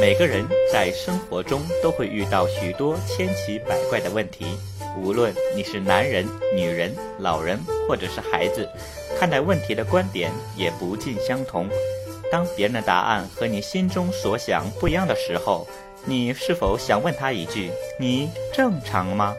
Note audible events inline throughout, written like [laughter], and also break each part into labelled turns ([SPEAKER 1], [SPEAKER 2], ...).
[SPEAKER 1] 每个人在生活中都会遇到许多千奇百怪的问题，无论你是男人、女人、老人或者是孩子，看待问题的观点也不尽相同。当别人的答案和你心中所想不一样的时候，你是否想问他一句：“你正常吗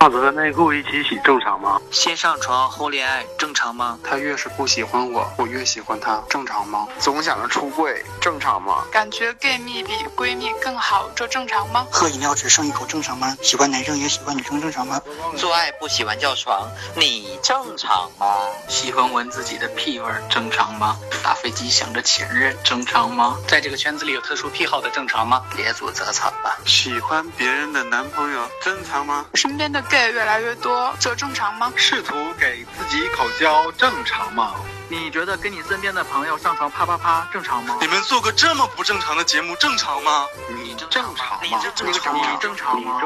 [SPEAKER 2] 袜子和内裤一起洗正常吗？
[SPEAKER 3] 先上床后恋爱正常吗？
[SPEAKER 2] 他越是不喜欢我，我越喜欢他，正常吗？总想着出柜，正常吗？
[SPEAKER 4] 感觉 gay 蜜比闺蜜更好，这正常吗？
[SPEAKER 5] 喝饮料只剩一口正常吗？喜欢男生也喜欢女生正常吗？
[SPEAKER 6] 做爱不喜欢叫床，你正常吗？
[SPEAKER 7] 喜欢闻自己的屁味正常吗？打飞机想着前任正常吗？
[SPEAKER 8] 在这个圈子里有特殊癖好的正常吗？
[SPEAKER 9] 别自责惨了。
[SPEAKER 10] 喜欢别人的男朋友正常吗？
[SPEAKER 4] 身边的 gay 越来越多，这正常吗？
[SPEAKER 10] 试图给自己口交正常吗？
[SPEAKER 11] 你觉得跟你身边的朋友上床啪啪啪正常吗？
[SPEAKER 10] 你们做个这么不正常的节目正常吗？
[SPEAKER 9] 你
[SPEAKER 2] 正常吗？
[SPEAKER 9] 你
[SPEAKER 2] 正
[SPEAKER 11] 你正常吗？
[SPEAKER 2] 你正常吗？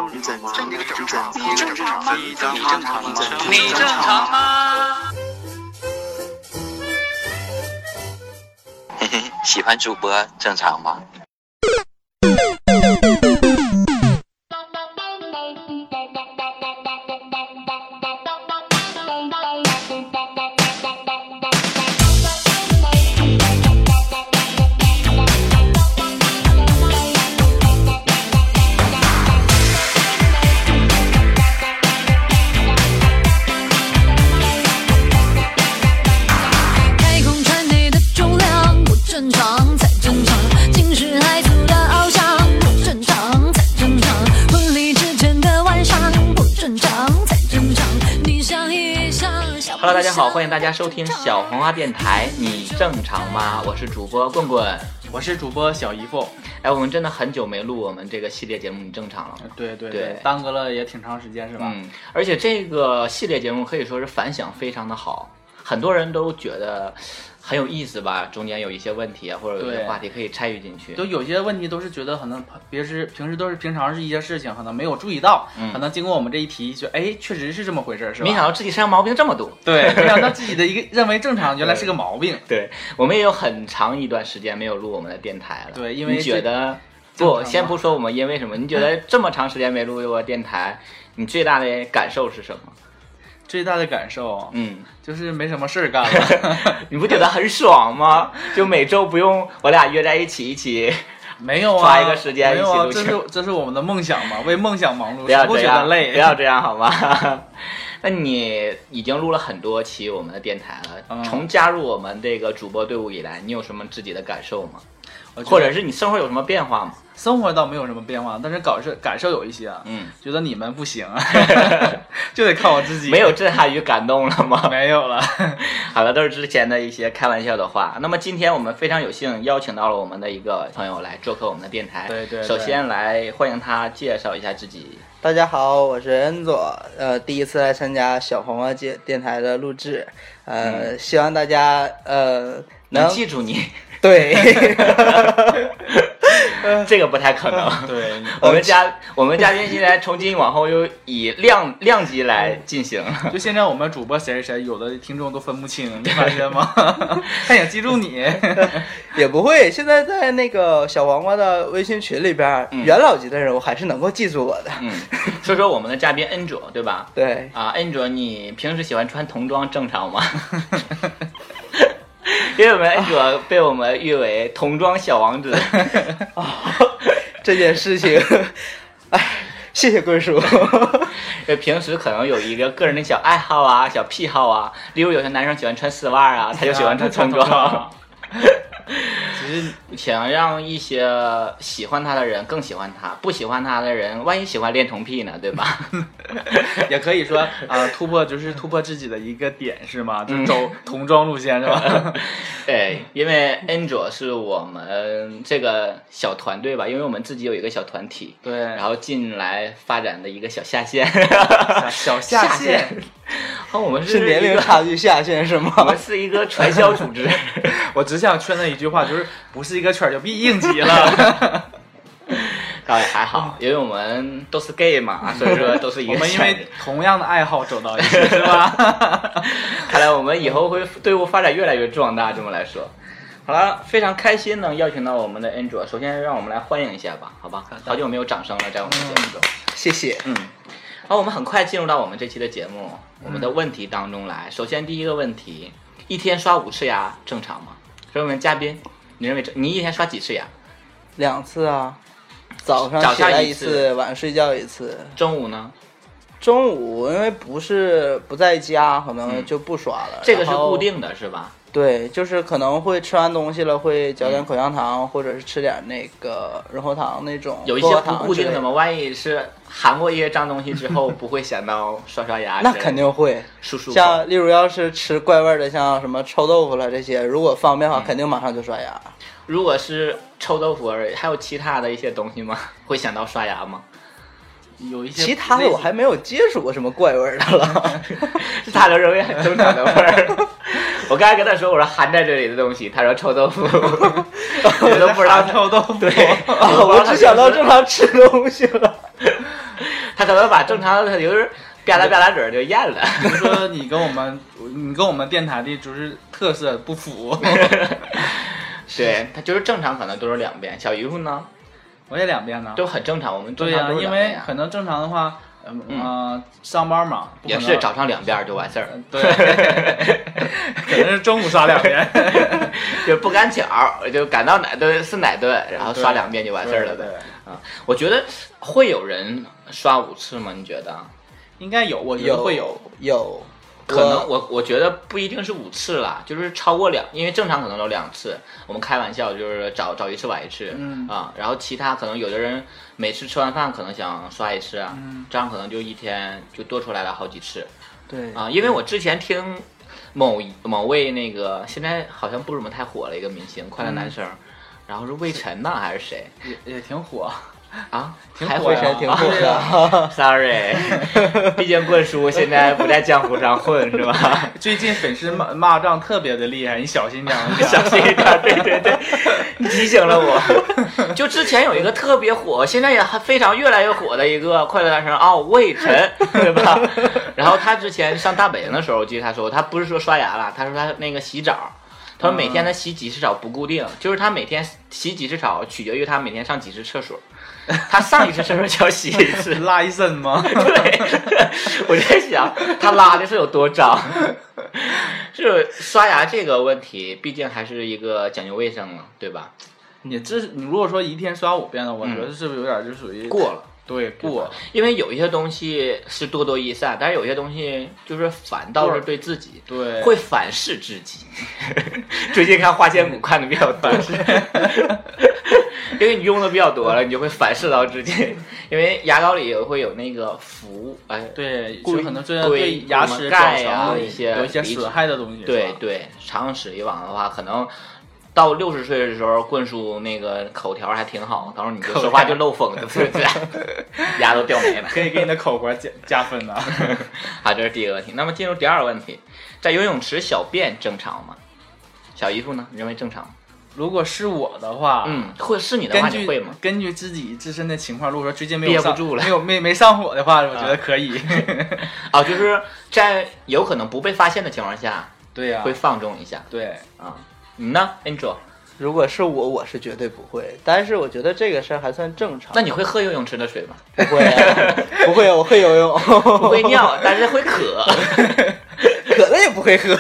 [SPEAKER 4] 你
[SPEAKER 2] 正常
[SPEAKER 4] 常吗？你正常吗？
[SPEAKER 2] 你正常吗？
[SPEAKER 3] 你正常吗？
[SPEAKER 6] 嘿嘿，喜欢主播正常吗？
[SPEAKER 12] 太空船内的重量不正常才正常，惊世骇俗的翱翔不正常才正常，婚礼之前的晚上不正常才正常。你想一想，想不
[SPEAKER 1] h e 大家好，
[SPEAKER 12] 想
[SPEAKER 1] 欢迎大家收听小红花电台，你正常吗？我是主播棍棍。
[SPEAKER 11] 我是主播小姨夫。
[SPEAKER 1] 哎，我们真的很久没录我们这个系列节目，你正常了吗？
[SPEAKER 11] 对对
[SPEAKER 1] 对
[SPEAKER 11] 耽搁了也挺长时间是吧？
[SPEAKER 1] 嗯，而且这个系列节目可以说是反响非常的好，很多人都觉得很有意思吧。中间有一些问题啊，或者有一些
[SPEAKER 11] 对
[SPEAKER 1] 话题可以参与进去。
[SPEAKER 11] 就有些问题都是觉得可能平时平时都是平常是一些事情，可能没有注意到，
[SPEAKER 1] 嗯
[SPEAKER 11] 可能经过我们这一提，就哎确实是这么回事儿，是吧？
[SPEAKER 1] 没想到自己身上毛病这么多。
[SPEAKER 11] 对，没想到自己的一个认为正常，原来是个毛病。
[SPEAKER 1] [laughs] 对，我们也有很长一段时间没有录我们的电台了。
[SPEAKER 11] 对因为
[SPEAKER 1] 你
[SPEAKER 11] 这
[SPEAKER 1] 觉得
[SPEAKER 11] 正常
[SPEAKER 1] 不，
[SPEAKER 11] 吗
[SPEAKER 1] 先不说我们因为什么，你觉得这么长时间没录过电台，你最大的感受是什么？
[SPEAKER 11] 最大的感受
[SPEAKER 1] 嗯， [laughs]
[SPEAKER 11] 就是没什么事儿干了，
[SPEAKER 1] 你不觉得很爽吗？就每周不用我俩约在一起一
[SPEAKER 11] [laughs]
[SPEAKER 1] 起。
[SPEAKER 11] 没有啊，
[SPEAKER 1] 抓一个时间
[SPEAKER 11] 没有啊
[SPEAKER 1] 一，起
[SPEAKER 11] 这
[SPEAKER 1] 录节目
[SPEAKER 11] 是这是我们的梦想嘛，为梦想忙碌，
[SPEAKER 1] 不要
[SPEAKER 11] 谁不
[SPEAKER 1] 这
[SPEAKER 11] 觉得
[SPEAKER 1] 样，
[SPEAKER 11] 累？
[SPEAKER 1] 不要这样，好吗？ [laughs] 那你已经录了很多期我们的电台了，
[SPEAKER 11] 嗯
[SPEAKER 1] 从加入我们这个主播队伍以来，你有什么自己的感受吗？
[SPEAKER 11] 我觉得
[SPEAKER 1] 或者是你生活有什么变化吗？
[SPEAKER 11] [laughs] 生活倒没有什么变化，但是感受感受有一些啊，
[SPEAKER 1] 嗯，
[SPEAKER 11] 觉得你们
[SPEAKER 1] [laughs]
[SPEAKER 11] 不行，就得靠我自己，
[SPEAKER 1] 没有震撼与感动了吗？
[SPEAKER 11] 没有了，
[SPEAKER 1] [laughs] 好了，都是之前的一些开玩笑的话。那么今天我们非常有幸邀请到了我们的一个朋友来做客我们的电台。
[SPEAKER 11] 对对对
[SPEAKER 1] 首先来欢迎他介绍一下自己。
[SPEAKER 13] 大家好，我是恩佐，呃，第一次来参加小黄瓜电电台的录制，呃，希望大家呃
[SPEAKER 1] 嗯能
[SPEAKER 13] 能
[SPEAKER 1] 记住你，
[SPEAKER 13] 对，
[SPEAKER 1] [laughs] 这个不太可能。
[SPEAKER 11] [laughs] 对，
[SPEAKER 1] 我们嘉我们嘉宾现在从今往后又以量量级来进行。
[SPEAKER 11] 就现在我们主播谁是谁，有的听众都分不清，你发
[SPEAKER 1] [laughs]
[SPEAKER 11] 现吗？他想记住你，
[SPEAKER 13] 也不会。现在在那个小黄瓜的微信群里边儿，
[SPEAKER 1] 嗯
[SPEAKER 13] 元老级的人物还是能够记住我的。
[SPEAKER 1] 嗯，说说我们的嘉宾恩卓，对吧？
[SPEAKER 13] 对，
[SPEAKER 1] 啊，恩卓，你平时喜欢穿童装正常吗？ [laughs] 因为我们恩卓被我们誉为童装小王 [laughs] 子。
[SPEAKER 13] 这件事情，哎，谢谢贵叔。
[SPEAKER 1] 就平时可能有一个个人的小爱好啊、小癖好啊，例如有些男生喜欢穿丝袜啊，他就喜欢穿童
[SPEAKER 11] 对啊他穿
[SPEAKER 1] 装
[SPEAKER 11] 童。只是
[SPEAKER 1] 想让一些喜欢他的人更喜欢他，不喜欢他的人，万一喜欢恋童癖呢，对 [laughs] 吧？
[SPEAKER 11] 也可以说啊、
[SPEAKER 1] 呃
[SPEAKER 11] 突破就是突破自己的一个点是吗？
[SPEAKER 1] 嗯
[SPEAKER 11] 就是走童装路线
[SPEAKER 1] [laughs]
[SPEAKER 11] 是吧？
[SPEAKER 1] 对，因为恩卓是我们这个小团队吧，因为我们自己有一个小团体，
[SPEAKER 11] 对，然
[SPEAKER 1] 然后进来发展的一个小下线。
[SPEAKER 11] 小下线，
[SPEAKER 1] 哦，我们
[SPEAKER 13] 是年
[SPEAKER 1] 一
[SPEAKER 13] 龄
[SPEAKER 1] 个
[SPEAKER 13] 差距下限是吗
[SPEAKER 1] [laughs] 我？们是一个传销组织。 [laughs]
[SPEAKER 11] 我只想劝他一句话，就是不是一个圈儿就别硬挤
[SPEAKER 1] [laughs]
[SPEAKER 11] 了。
[SPEAKER 1] 倒也还好，因为我们都是 gay 嘛，所以说都是一
[SPEAKER 11] 我
[SPEAKER 1] 个
[SPEAKER 11] 们因
[SPEAKER 1] 圈
[SPEAKER 11] 为
[SPEAKER 1] 子。
[SPEAKER 11] 同样的爱好走到一起
[SPEAKER 1] [laughs]
[SPEAKER 11] 是吧？
[SPEAKER 1] 看来我们以后会队伍发展越来越壮大，这么来说。好了，非常开心能邀请到我们的恩卓。首先让我们来欢迎一下吧，好吧？好久没有掌声了，在我们的节目中。
[SPEAKER 13] 谢谢。
[SPEAKER 1] 嗯，好，我们很快进入到我们这期的节目，我们的问题当中来。首先第一个问题，一天刷五次牙正常吗？所以我们嘉宾，你认为这你一天刷几次牙？ [laughs]
[SPEAKER 13] 两次啊，早上
[SPEAKER 1] 早
[SPEAKER 13] 起来
[SPEAKER 1] 上
[SPEAKER 13] 一
[SPEAKER 1] 次，
[SPEAKER 13] 晚上睡觉一次。
[SPEAKER 1] 中午呢？
[SPEAKER 13] 中午因为不是不在家，可能就不刷了。
[SPEAKER 1] 这个是
[SPEAKER 13] 然后
[SPEAKER 1] 固定的，是吧？
[SPEAKER 13] 对，就是可能会吃完东西了，会嚼
[SPEAKER 1] 嗯
[SPEAKER 13] 点口香糖，或者是吃点那个润喉糖那种
[SPEAKER 1] 有一
[SPEAKER 13] 薄
[SPEAKER 1] 些
[SPEAKER 13] 荷
[SPEAKER 1] 不
[SPEAKER 13] 糖
[SPEAKER 1] 固
[SPEAKER 13] 之
[SPEAKER 1] 定
[SPEAKER 13] 类
[SPEAKER 1] 的嘛，万一是含过一些脏东西之后，不会想到刷刷牙之类
[SPEAKER 13] 那
[SPEAKER 1] 的，
[SPEAKER 13] 肯定会。
[SPEAKER 1] 漱漱口
[SPEAKER 13] 像例如要是吃怪味儿的，像什么臭豆腐了这些，如果方便的话，
[SPEAKER 1] 嗯
[SPEAKER 13] 肯定马上就刷牙。
[SPEAKER 1] 如果是臭豆腐而已，还有其他的一些东西
[SPEAKER 11] [laughs]
[SPEAKER 1] 吗？会想到刷牙吗？有一些
[SPEAKER 13] 其他的我还没有接触过什么怪味儿的了。
[SPEAKER 1] [laughs] 他都认为很正常的味 [laughs] 儿。我刚才跟他说，我说含在这里的东西，他说臭 [laughs] 豆腐，我都不知道臭豆腐。
[SPEAKER 11] [laughs]
[SPEAKER 1] 对，
[SPEAKER 13] 啊，我只想到正常吃东西了。
[SPEAKER 1] [laughs] 他可能把正常的就是吧嗒吧嗒嘴儿就咽了。
[SPEAKER 11] 你说你跟我们，你跟我们电台的就是特色不 [laughs] 符。
[SPEAKER 1] [laughs] 对他就是正常，可能都是两遍。小姨夫呢，
[SPEAKER 11] 我也两遍呢，
[SPEAKER 1] 都很正常。我们正
[SPEAKER 11] 对呀、
[SPEAKER 1] 常都是
[SPEAKER 11] 因
[SPEAKER 1] 两遍
[SPEAKER 11] 为可能正常的话，嗯、呃上班嘛，不可
[SPEAKER 1] 也
[SPEAKER 11] 能
[SPEAKER 1] 是早上两遍儿就完事儿。
[SPEAKER 11] 对，可能是中午刷两遍，
[SPEAKER 1] [laughs] 就不赶巧儿，就赶到哪顿是哪顿，然后刷两遍就完事儿了呗
[SPEAKER 11] 对对。
[SPEAKER 1] 啊，我觉得会有人刷五次吗？你觉得？
[SPEAKER 11] [laughs] 应该有，我觉得会有。
[SPEAKER 13] 有，
[SPEAKER 1] 可能我我觉得不一定是五次啦，就是超过两，因为正常可能都两次。我们开玩笑就是早早一次晚一次，
[SPEAKER 11] 嗯
[SPEAKER 1] 啊，然后其他可能有的人每次吃完饭可能想刷一次啊，
[SPEAKER 11] 嗯
[SPEAKER 1] 这样可能就一天就多出来了好几次
[SPEAKER 13] 对
[SPEAKER 1] 啊。因为我之前听某某位那个现在好像不怎么太火了一个明星，快乐男生，
[SPEAKER 11] 嗯
[SPEAKER 1] 然后是魏晨呐还是谁
[SPEAKER 11] 也也挺火
[SPEAKER 1] 啊？
[SPEAKER 11] [laughs] 挺
[SPEAKER 1] 还
[SPEAKER 11] 火呀
[SPEAKER 1] 火 [laughs]
[SPEAKER 11] 挺火的
[SPEAKER 1] 的。Sorry，毕竟棍叔现在不在江湖上混是吧？
[SPEAKER 11] 最近粉丝骂骂仗特别的厉害，你小心
[SPEAKER 1] [laughs]
[SPEAKER 11] 点儿，
[SPEAKER 1] 小心一点，对对对，你提醒了我。就之前有一个特别火，现在也还非常越来越火的一个快乐男生哦，魏晨，对吧？然后他之前上大本营的时候，我记得他说，他不是说刷牙了，他说他那个洗澡。他说每天他洗几次澡不固定，就是他每天洗几次澡取决于他每天上几次厕所。他上一次厕所就要洗一
[SPEAKER 11] [laughs]
[SPEAKER 1] 次，
[SPEAKER 11] 拉一身
[SPEAKER 1] [laughs]
[SPEAKER 11] 吗？
[SPEAKER 1] 对，我在想他拉的是有多脏。是刷牙这个问题，毕竟还是一个讲究卫生嘛，对吧？
[SPEAKER 11] 你这是你如果说一天刷五遍的，我觉得
[SPEAKER 1] 嗯
[SPEAKER 11] 是不是有点就属于
[SPEAKER 1] 过了？
[SPEAKER 11] 对，过了。
[SPEAKER 1] 因为有一些东西是多多益善，但是有些东西就是反倒是对自己，
[SPEAKER 11] 对
[SPEAKER 1] 会反噬自己。 [laughs] 最近看花千骨看的比较多， [laughs] 因为你用的比较多了，你就会反噬到自己。因为牙膏里也会有那个氟，哎，
[SPEAKER 11] 对，
[SPEAKER 1] 硅
[SPEAKER 11] 就可能这
[SPEAKER 1] 硅
[SPEAKER 11] 对牙
[SPEAKER 1] 什
[SPEAKER 11] 齿
[SPEAKER 1] 么
[SPEAKER 11] 表
[SPEAKER 1] 钙
[SPEAKER 11] 层
[SPEAKER 1] 呀、
[SPEAKER 11] 有
[SPEAKER 1] 一些
[SPEAKER 11] 有一些
[SPEAKER 1] 离子
[SPEAKER 11] 损害的东西。是
[SPEAKER 1] 对
[SPEAKER 11] 吧，
[SPEAKER 1] 对，长此以往的话，可能到六十岁的时候，棍叔那个口条还挺好，到时候你就
[SPEAKER 11] 口
[SPEAKER 1] 说话
[SPEAKER 11] 条
[SPEAKER 1] 就漏风了，对不对？ [laughs] 牙都掉没了。
[SPEAKER 11] 可以给你的口活加加
[SPEAKER 1] [laughs]
[SPEAKER 11] 分呢。
[SPEAKER 1] 好，这是第一个问题。那么进入第二个问题，在游泳池小便正常吗？小姨夫呢？你认为正常吗？
[SPEAKER 11] 如果是我的话，
[SPEAKER 1] 嗯，会是你的话，
[SPEAKER 11] 根
[SPEAKER 1] 你
[SPEAKER 11] 据
[SPEAKER 1] 会吗？
[SPEAKER 11] 根据自己自身的情况，如果说最近没有上
[SPEAKER 1] 憋不住了
[SPEAKER 11] 没有没没上火的话， [laughs] 我觉得可以。
[SPEAKER 1] [laughs] 啊，就是在有可能不被发现的情况下，
[SPEAKER 11] 对呀
[SPEAKER 1] 会放纵一下
[SPEAKER 11] 对，
[SPEAKER 1] 啊。你呢，Angel？
[SPEAKER 13] 如果是我，我是绝对不会。但是我觉得这个事儿还算正常。
[SPEAKER 1] 那你会喝游泳池的水吗？
[SPEAKER 13] 不会、啊？不会、啊，我会游泳，
[SPEAKER 1] [laughs] 不
[SPEAKER 13] [laughs]
[SPEAKER 1] 会
[SPEAKER 11] [laughs]
[SPEAKER 1] 尿，但是会渴。
[SPEAKER 13] 可能也不会喝。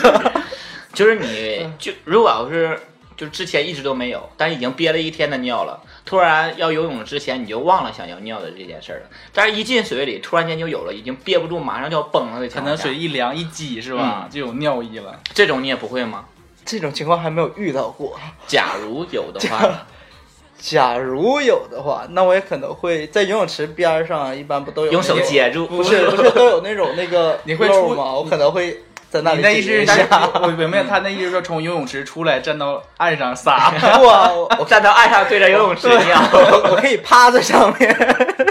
[SPEAKER 13] [laughs]
[SPEAKER 1] 就是
[SPEAKER 11] 嗯
[SPEAKER 1] 你就如果要是就之前一直都没有，但是已经憋了一天的尿了，突然要游泳之前你就忘了想要尿的这件事儿了，但是一进水里突然间就有了，已经憋不住，马上就要崩了的
[SPEAKER 11] 可
[SPEAKER 1] 情
[SPEAKER 11] 能
[SPEAKER 1] 况下，
[SPEAKER 11] 水一凉一激是吧，
[SPEAKER 1] 嗯
[SPEAKER 11] 就有尿意了。
[SPEAKER 1] 这种你也不会吗？
[SPEAKER 13] 这种情况还没有遇到过。
[SPEAKER 1] 假如有的话
[SPEAKER 11] [laughs]
[SPEAKER 1] 呢，
[SPEAKER 13] 假如有的话，那我也可能会在游泳池边儿上，一般不都有
[SPEAKER 1] 用
[SPEAKER 13] 那种
[SPEAKER 1] 手接住，
[SPEAKER 13] 不
[SPEAKER 1] [laughs]
[SPEAKER 13] 是不是都有那种那个
[SPEAKER 11] 你会
[SPEAKER 13] 漏
[SPEAKER 11] 出
[SPEAKER 13] 吗？我可能会在那
[SPEAKER 11] 你
[SPEAKER 13] 里
[SPEAKER 11] 那意思
[SPEAKER 13] 解决
[SPEAKER 11] 是
[SPEAKER 13] 一下。
[SPEAKER 11] 我明白，他那意思说从游泳池出来站到岸
[SPEAKER 1] [laughs]
[SPEAKER 11] 上撒。
[SPEAKER 13] 不啊， [laughs] 我我 [laughs]
[SPEAKER 1] 站到岸上对着游泳池尿，
[SPEAKER 13] 我我可以趴在上面。
[SPEAKER 1] [laughs]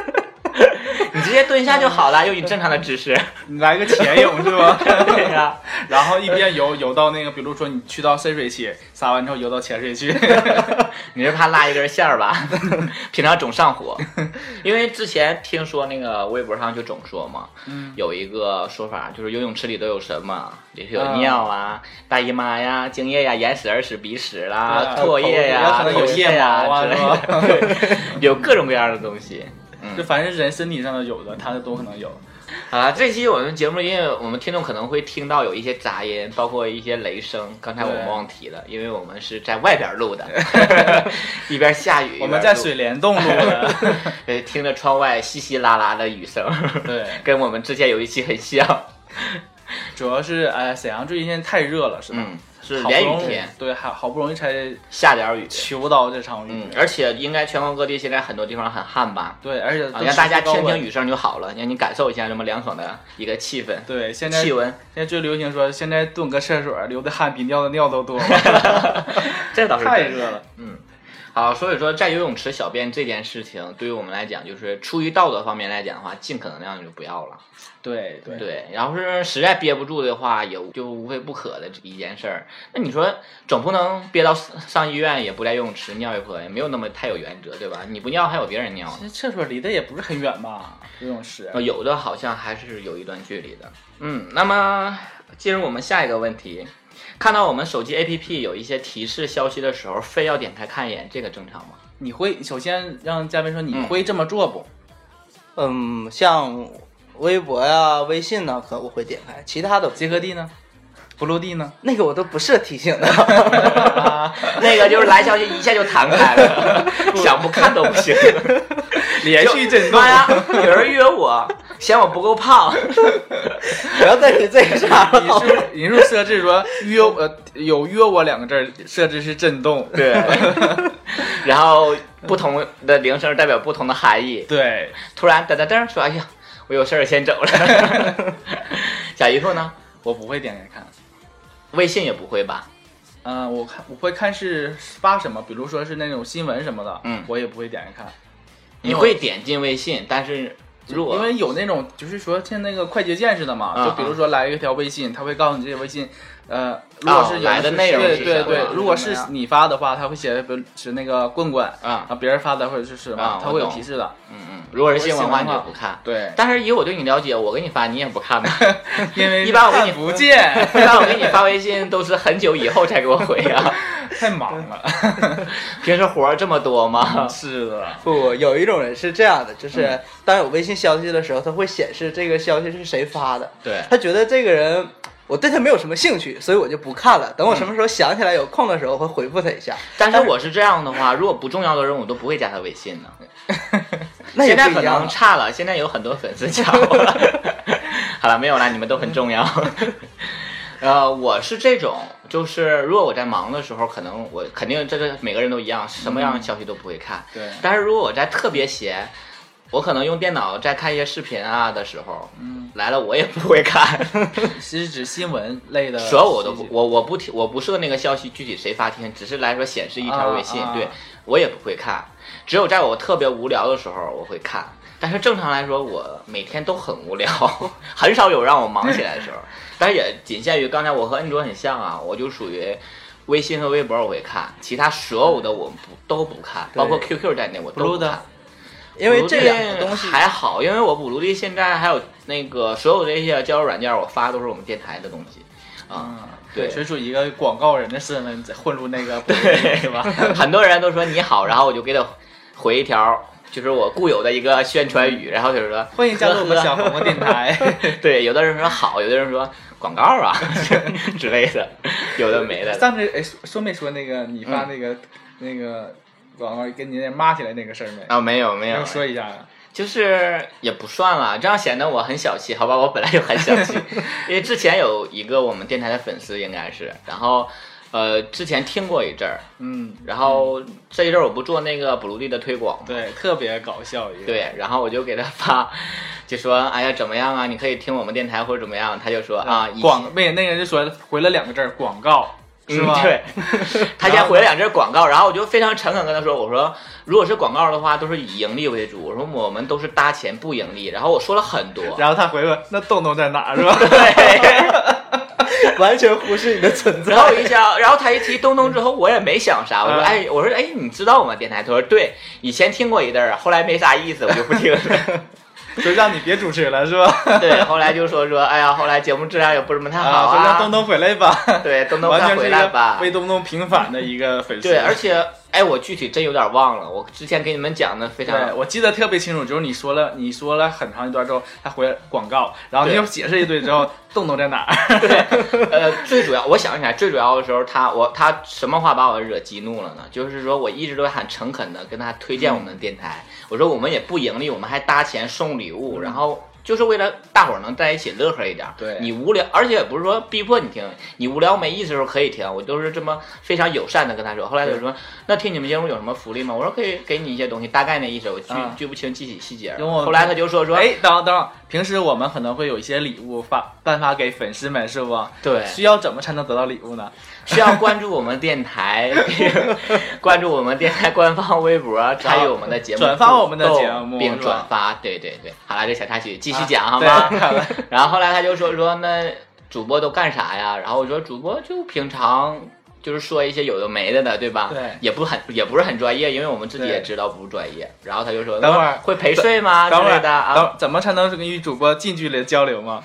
[SPEAKER 1] 你直接接蹲下就好
[SPEAKER 11] 嗯
[SPEAKER 1] 了，用你正常的姿势。
[SPEAKER 11] 你来个潜泳是吧？ [laughs]
[SPEAKER 1] 对呀、
[SPEAKER 11] 然后一边游游到那个，比如说你去到深水区，撒完之后游到浅水区，
[SPEAKER 1] 你是怕拉一根线儿吧？
[SPEAKER 11] [laughs]
[SPEAKER 1] 平常总上火，因为之前听说那个微博上就总说嘛，
[SPEAKER 11] 嗯
[SPEAKER 1] 有一个说法就是游泳池里都有什么，里头有尿啊、大姨妈呀、精液呀、眼屎、耳屎、鼻屎啦、
[SPEAKER 11] 对
[SPEAKER 1] 唾液呀、
[SPEAKER 11] 可能啊有
[SPEAKER 1] 口
[SPEAKER 11] 腋
[SPEAKER 1] 屑呀
[SPEAKER 11] 毛啊
[SPEAKER 1] 之类的，对 [laughs] 有各种各样的东西。嗯
[SPEAKER 11] 就凡是人身体上的有的，他的都可能有。
[SPEAKER 1] 好了，这期我们节目，因为我们听众可能会听到有一些杂音，包括一些雷声。刚才我们
[SPEAKER 11] 对
[SPEAKER 1] 忘提了，因为我们是在外边录的， [laughs] 一边下雨，
[SPEAKER 11] [laughs] 我们在
[SPEAKER 1] 一边录
[SPEAKER 11] 水帘洞录的，
[SPEAKER 1] [laughs] 对，听着窗外稀稀拉拉的雨声，
[SPEAKER 11] 对，
[SPEAKER 1] [laughs] 跟我们之前有一期很像，
[SPEAKER 11] 主要是哎，沈阳最近现在太热了，是吧？
[SPEAKER 1] 嗯，是
[SPEAKER 11] 好不
[SPEAKER 1] 连
[SPEAKER 11] 容
[SPEAKER 1] 雨
[SPEAKER 11] 易
[SPEAKER 1] 天，
[SPEAKER 11] 对，好好不容易才
[SPEAKER 1] 下点儿雨，
[SPEAKER 11] 求 [laughs] 到这场雨，
[SPEAKER 1] 嗯，而且应该全国各地现在很多地方很旱吧。
[SPEAKER 11] 对，而且
[SPEAKER 1] 啊
[SPEAKER 11] 都
[SPEAKER 1] 让大家
[SPEAKER 11] 持续
[SPEAKER 1] 听
[SPEAKER 11] 高
[SPEAKER 1] 听
[SPEAKER 11] 温
[SPEAKER 1] 雨声就好了，让你感受一下这么凉爽的一个气氛。
[SPEAKER 11] 对，现在
[SPEAKER 1] 气温
[SPEAKER 11] 现在最流行说，现在蹲个厕所流的汗比尿的尿都多，
[SPEAKER 1] [laughs] 这倒是
[SPEAKER 11] 太
[SPEAKER 1] 真的
[SPEAKER 11] 热了。
[SPEAKER 1] 嗯，好，所以说在游泳池小便这件事情，对于我们来讲，就是出于道德方面来讲的话，尽可能量就不要了。
[SPEAKER 11] 对对
[SPEAKER 1] 对，然后是实在憋不住的话，也就无非不可的一件事儿。那你说，总不能憋到上上医院也不在游泳池尿一泼，也没有那么太有原则，对吧？你不尿还有别人尿呢。
[SPEAKER 11] 其实厕所离得也不是很远吧，游泳池。
[SPEAKER 1] 呃有的好像还是有一段距离的。嗯，那么进入我们下一个问题，看到我们手机 APP 有一些提示消息的时候，非要点开看一眼，这个正常吗？
[SPEAKER 11] 你会首先让嘉宾说你会这么做不？
[SPEAKER 13] 嗯，像微博呀、微信呢，可我会点开，其他的
[SPEAKER 11] 结合地呢？不落地呢？
[SPEAKER 13] 那个我都不设提醒的。 [laughs]
[SPEAKER 1] 那个就是来消息一下就弹开了，想不 [laughs] 看都不
[SPEAKER 11] [laughs]
[SPEAKER 1] 行。
[SPEAKER 11] 连续震动
[SPEAKER 1] 妈， [laughs] 呀，有人约我，嫌我不够胖，
[SPEAKER 13] 不要再提这个事儿
[SPEAKER 11] [laughs] 你是
[SPEAKER 13] 了。
[SPEAKER 11] 不是你是不是设置说约我呃有约我两个字儿，设置是震动。
[SPEAKER 1] 对。 [laughs] 然后不同的铃声代表不同的含义。
[SPEAKER 11] 对，
[SPEAKER 1] 突然噔噔噔说：“哎呀，我有事儿先走 [laughs] 了。”小姨夫呢？
[SPEAKER 11] 我不会点开看。
[SPEAKER 1] 微信也不会吧？
[SPEAKER 11] 嗯、我看我会看是发什么，比如说是那种新闻什么的，
[SPEAKER 1] 嗯
[SPEAKER 11] 我也不会点开看。
[SPEAKER 1] 你会点进微信，但是如果
[SPEAKER 11] 因为有那种就是说像那个快捷键似的嘛，
[SPEAKER 1] 嗯
[SPEAKER 11] 就比如说来一条微信，他会告诉你这些微信，呃，如果是有
[SPEAKER 1] 啊来的内容
[SPEAKER 11] 对
[SPEAKER 1] 是
[SPEAKER 11] 对
[SPEAKER 1] 什么
[SPEAKER 11] 对，如果是
[SPEAKER 13] 是什么呀
[SPEAKER 11] 你发的话，他会写，比如是那个棍棍
[SPEAKER 1] 啊
[SPEAKER 11] 别人发的或者是什
[SPEAKER 1] 啊
[SPEAKER 11] 么，他
[SPEAKER 1] 我
[SPEAKER 11] 会有
[SPEAKER 1] 懂
[SPEAKER 11] 提示的。
[SPEAKER 1] 嗯嗯，如果是新闻的话你就不看。
[SPEAKER 11] 对，
[SPEAKER 1] 但是以我对你了解，我给你发你也不 [laughs] 看吧？
[SPEAKER 11] 因为
[SPEAKER 1] 一般我给你
[SPEAKER 11] 看不见，
[SPEAKER 1] [laughs] 一般我给你发微信都是很久以后才给我回啊。
[SPEAKER 11] 太忙了。
[SPEAKER 1] 平时活儿这么多吗？
[SPEAKER 11] 是的，
[SPEAKER 13] 不，有一种人是这样的，
[SPEAKER 1] 嗯
[SPEAKER 13] 就是当有微信消息的时候，他会显示这个消息是谁发的。
[SPEAKER 1] 对
[SPEAKER 13] 他觉得这个人我对他没有什么兴趣，所以我就不看了。等我什么时候想起来有空的时候，我会回复他一下。
[SPEAKER 1] 但是我是这样的话，如果不重要的人，我都不会加他微信呢。
[SPEAKER 13] [laughs] 那也
[SPEAKER 1] 现在
[SPEAKER 13] 不
[SPEAKER 1] 可
[SPEAKER 13] 一样
[SPEAKER 1] 能
[SPEAKER 13] 了。
[SPEAKER 1] 差了，现在有很多粉丝加我了。 [laughs] 好了，没有啦，你们都很重要。
[SPEAKER 13] 嗯
[SPEAKER 1] [laughs] 呃，我是这种，就是如果我在忙的时候，可能我肯定这个每个人都一样，什么样
[SPEAKER 13] 嗯
[SPEAKER 1] 的消息都不会看。
[SPEAKER 11] 对
[SPEAKER 1] 但是如果我在特别闲，我可能用电脑在看一些视频啊的时候，
[SPEAKER 11] 嗯，
[SPEAKER 1] 来了我也不会
[SPEAKER 13] [laughs]
[SPEAKER 1] 看，
[SPEAKER 11] 其实指新闻类的信息，
[SPEAKER 1] 所有我都不，我我不提，我不设那个消息具体谁发听，只是来说显示一条微信，
[SPEAKER 11] 啊啊
[SPEAKER 1] 对我也不会看，只有在我特别无聊的时候我会看。但是正常来说，我每天都很无聊，很少有让我忙起来的时候。但是也仅限于刚才我和恩卓很像啊，我就属于微信和微博我会看，其他所有的我不都不看，
[SPEAKER 11] 对
[SPEAKER 1] 包括 QQ 在内我都不
[SPEAKER 11] Blue 的
[SPEAKER 1] 看。
[SPEAKER 13] 因为这两个东西，
[SPEAKER 1] 还好，因为我补录地现在还有那个所有这些交友软件，我发都是我们电台的东西啊。
[SPEAKER 11] 嗯，
[SPEAKER 1] 对
[SPEAKER 11] 纯属一个广告人的身份在混入那个博
[SPEAKER 1] 对
[SPEAKER 11] 弈，是吧？
[SPEAKER 1] 很多人都说你好，然后我就给他回一条，就是我固有的一个宣传语，然后就是说
[SPEAKER 11] 欢迎加入我们
[SPEAKER 1] 呵呵
[SPEAKER 11] 小黄瓜电台。
[SPEAKER 1] [laughs] 对，有的人说好，有的人说广告啊之类的，有的没的。
[SPEAKER 11] 上次哎说说没说那个你
[SPEAKER 1] 嗯
[SPEAKER 11] 发那个、那个广告跟你那骂起来那个事儿没？
[SPEAKER 1] 啊，没有没有
[SPEAKER 11] 能，说一下啊？
[SPEAKER 1] 就是也不算了，这样显得我很小气，好吧？我本来就很小
[SPEAKER 13] [laughs]
[SPEAKER 1] 气，因为之前有一个我们电台的粉丝应该是，然后呃之前听过一阵儿，
[SPEAKER 11] 嗯，
[SPEAKER 1] 然后这一阵儿我不做那个补录地的推广嘛，
[SPEAKER 11] 对，特别搞笑一个。，
[SPEAKER 1] 对，然后我就给他发，就说哎呀怎么样嗯啊？你可以听我们电台或者怎么样？他就说啊，以前嗯
[SPEAKER 11] 广没那个人就说回了两个字儿广告，是吗？
[SPEAKER 1] 对，他先回了两句广告，然后我就非常诚恳跟他说，我说如果是广告的话，都是以盈利为主，我说我们都是搭钱不盈利，然后我说了很多，
[SPEAKER 11] [laughs]
[SPEAKER 1] [laughs]
[SPEAKER 11] 然后他回问那洞洞在哪儿是吧？
[SPEAKER 1] 对， [laughs]
[SPEAKER 13] 完全忽视你的存在。
[SPEAKER 1] 然后一想，然后他一提东东之后，我也没想啥，我说、嗯、哎，我说哎，你知道我们电台？他说对，以前听过一阵儿，后来没啥意思，我就不听了。 [laughs]
[SPEAKER 11] 就让你别主持了，是吧？
[SPEAKER 1] 对，后来就说说，哎呀，后来节目质量也不是么太好啊。
[SPEAKER 11] 说让东东回来吧。
[SPEAKER 1] 对，东东再回来吧。
[SPEAKER 11] 为东东平反的一个粉丝。
[SPEAKER 1] 对，而且，哎，我具体真有点忘了，我之前给你们讲的非常。
[SPEAKER 11] 对，我记得特别清楚，就是你说了，你说了很长一段之后，他回广告，然后你又解释一堆之
[SPEAKER 1] [laughs]
[SPEAKER 11] 后，东东在哪儿？ [laughs]
[SPEAKER 1] 对，呃，最主要，我想起来，最主要的时候，他我他什么话把我惹激怒了呢？就是说我一直都很诚恳的跟他推荐我们的电台，嗯、我说我们也不盈利，我们还搭钱送礼。礼物，然后就是为了大伙儿能在一起乐呵一点。
[SPEAKER 11] 嗯对
[SPEAKER 1] 你无聊，而且也不是说逼迫你听，你无聊没意思的时候可以听。我都是这么非常友善的跟他说。后来他说：“那听你们节目有什么福利吗？”我说：“可以给你一些东西，大概那意思。我记、嗯、记不清具体细节。”后来他就说说：“
[SPEAKER 11] 哎，等等，平时我们可能会有一些礼物发颁发给粉丝们，是不？
[SPEAKER 1] 对，
[SPEAKER 11] 需要怎么才能得到礼物呢？”
[SPEAKER 1] 需要关注我们电
[SPEAKER 11] [laughs]
[SPEAKER 1] 台，关注我们电台官方微博，参与我们的节目，
[SPEAKER 11] 转发我们的节目，
[SPEAKER 1] 并转发。对对对，好了，这小插曲继续讲、啊、好吗？ [laughs] 然后后来他就说说那主播都干啥呀？然后我说主播就平常就是说一些有的没的的，对吧？
[SPEAKER 11] 对，
[SPEAKER 1] 也不很也不是很专业，因为我们自己也知道不专业。然后他就说，
[SPEAKER 11] 等会儿
[SPEAKER 1] 会陪睡吗？
[SPEAKER 11] 等会儿
[SPEAKER 1] 的啊，
[SPEAKER 11] 怎么才能与主播近距离交流吗？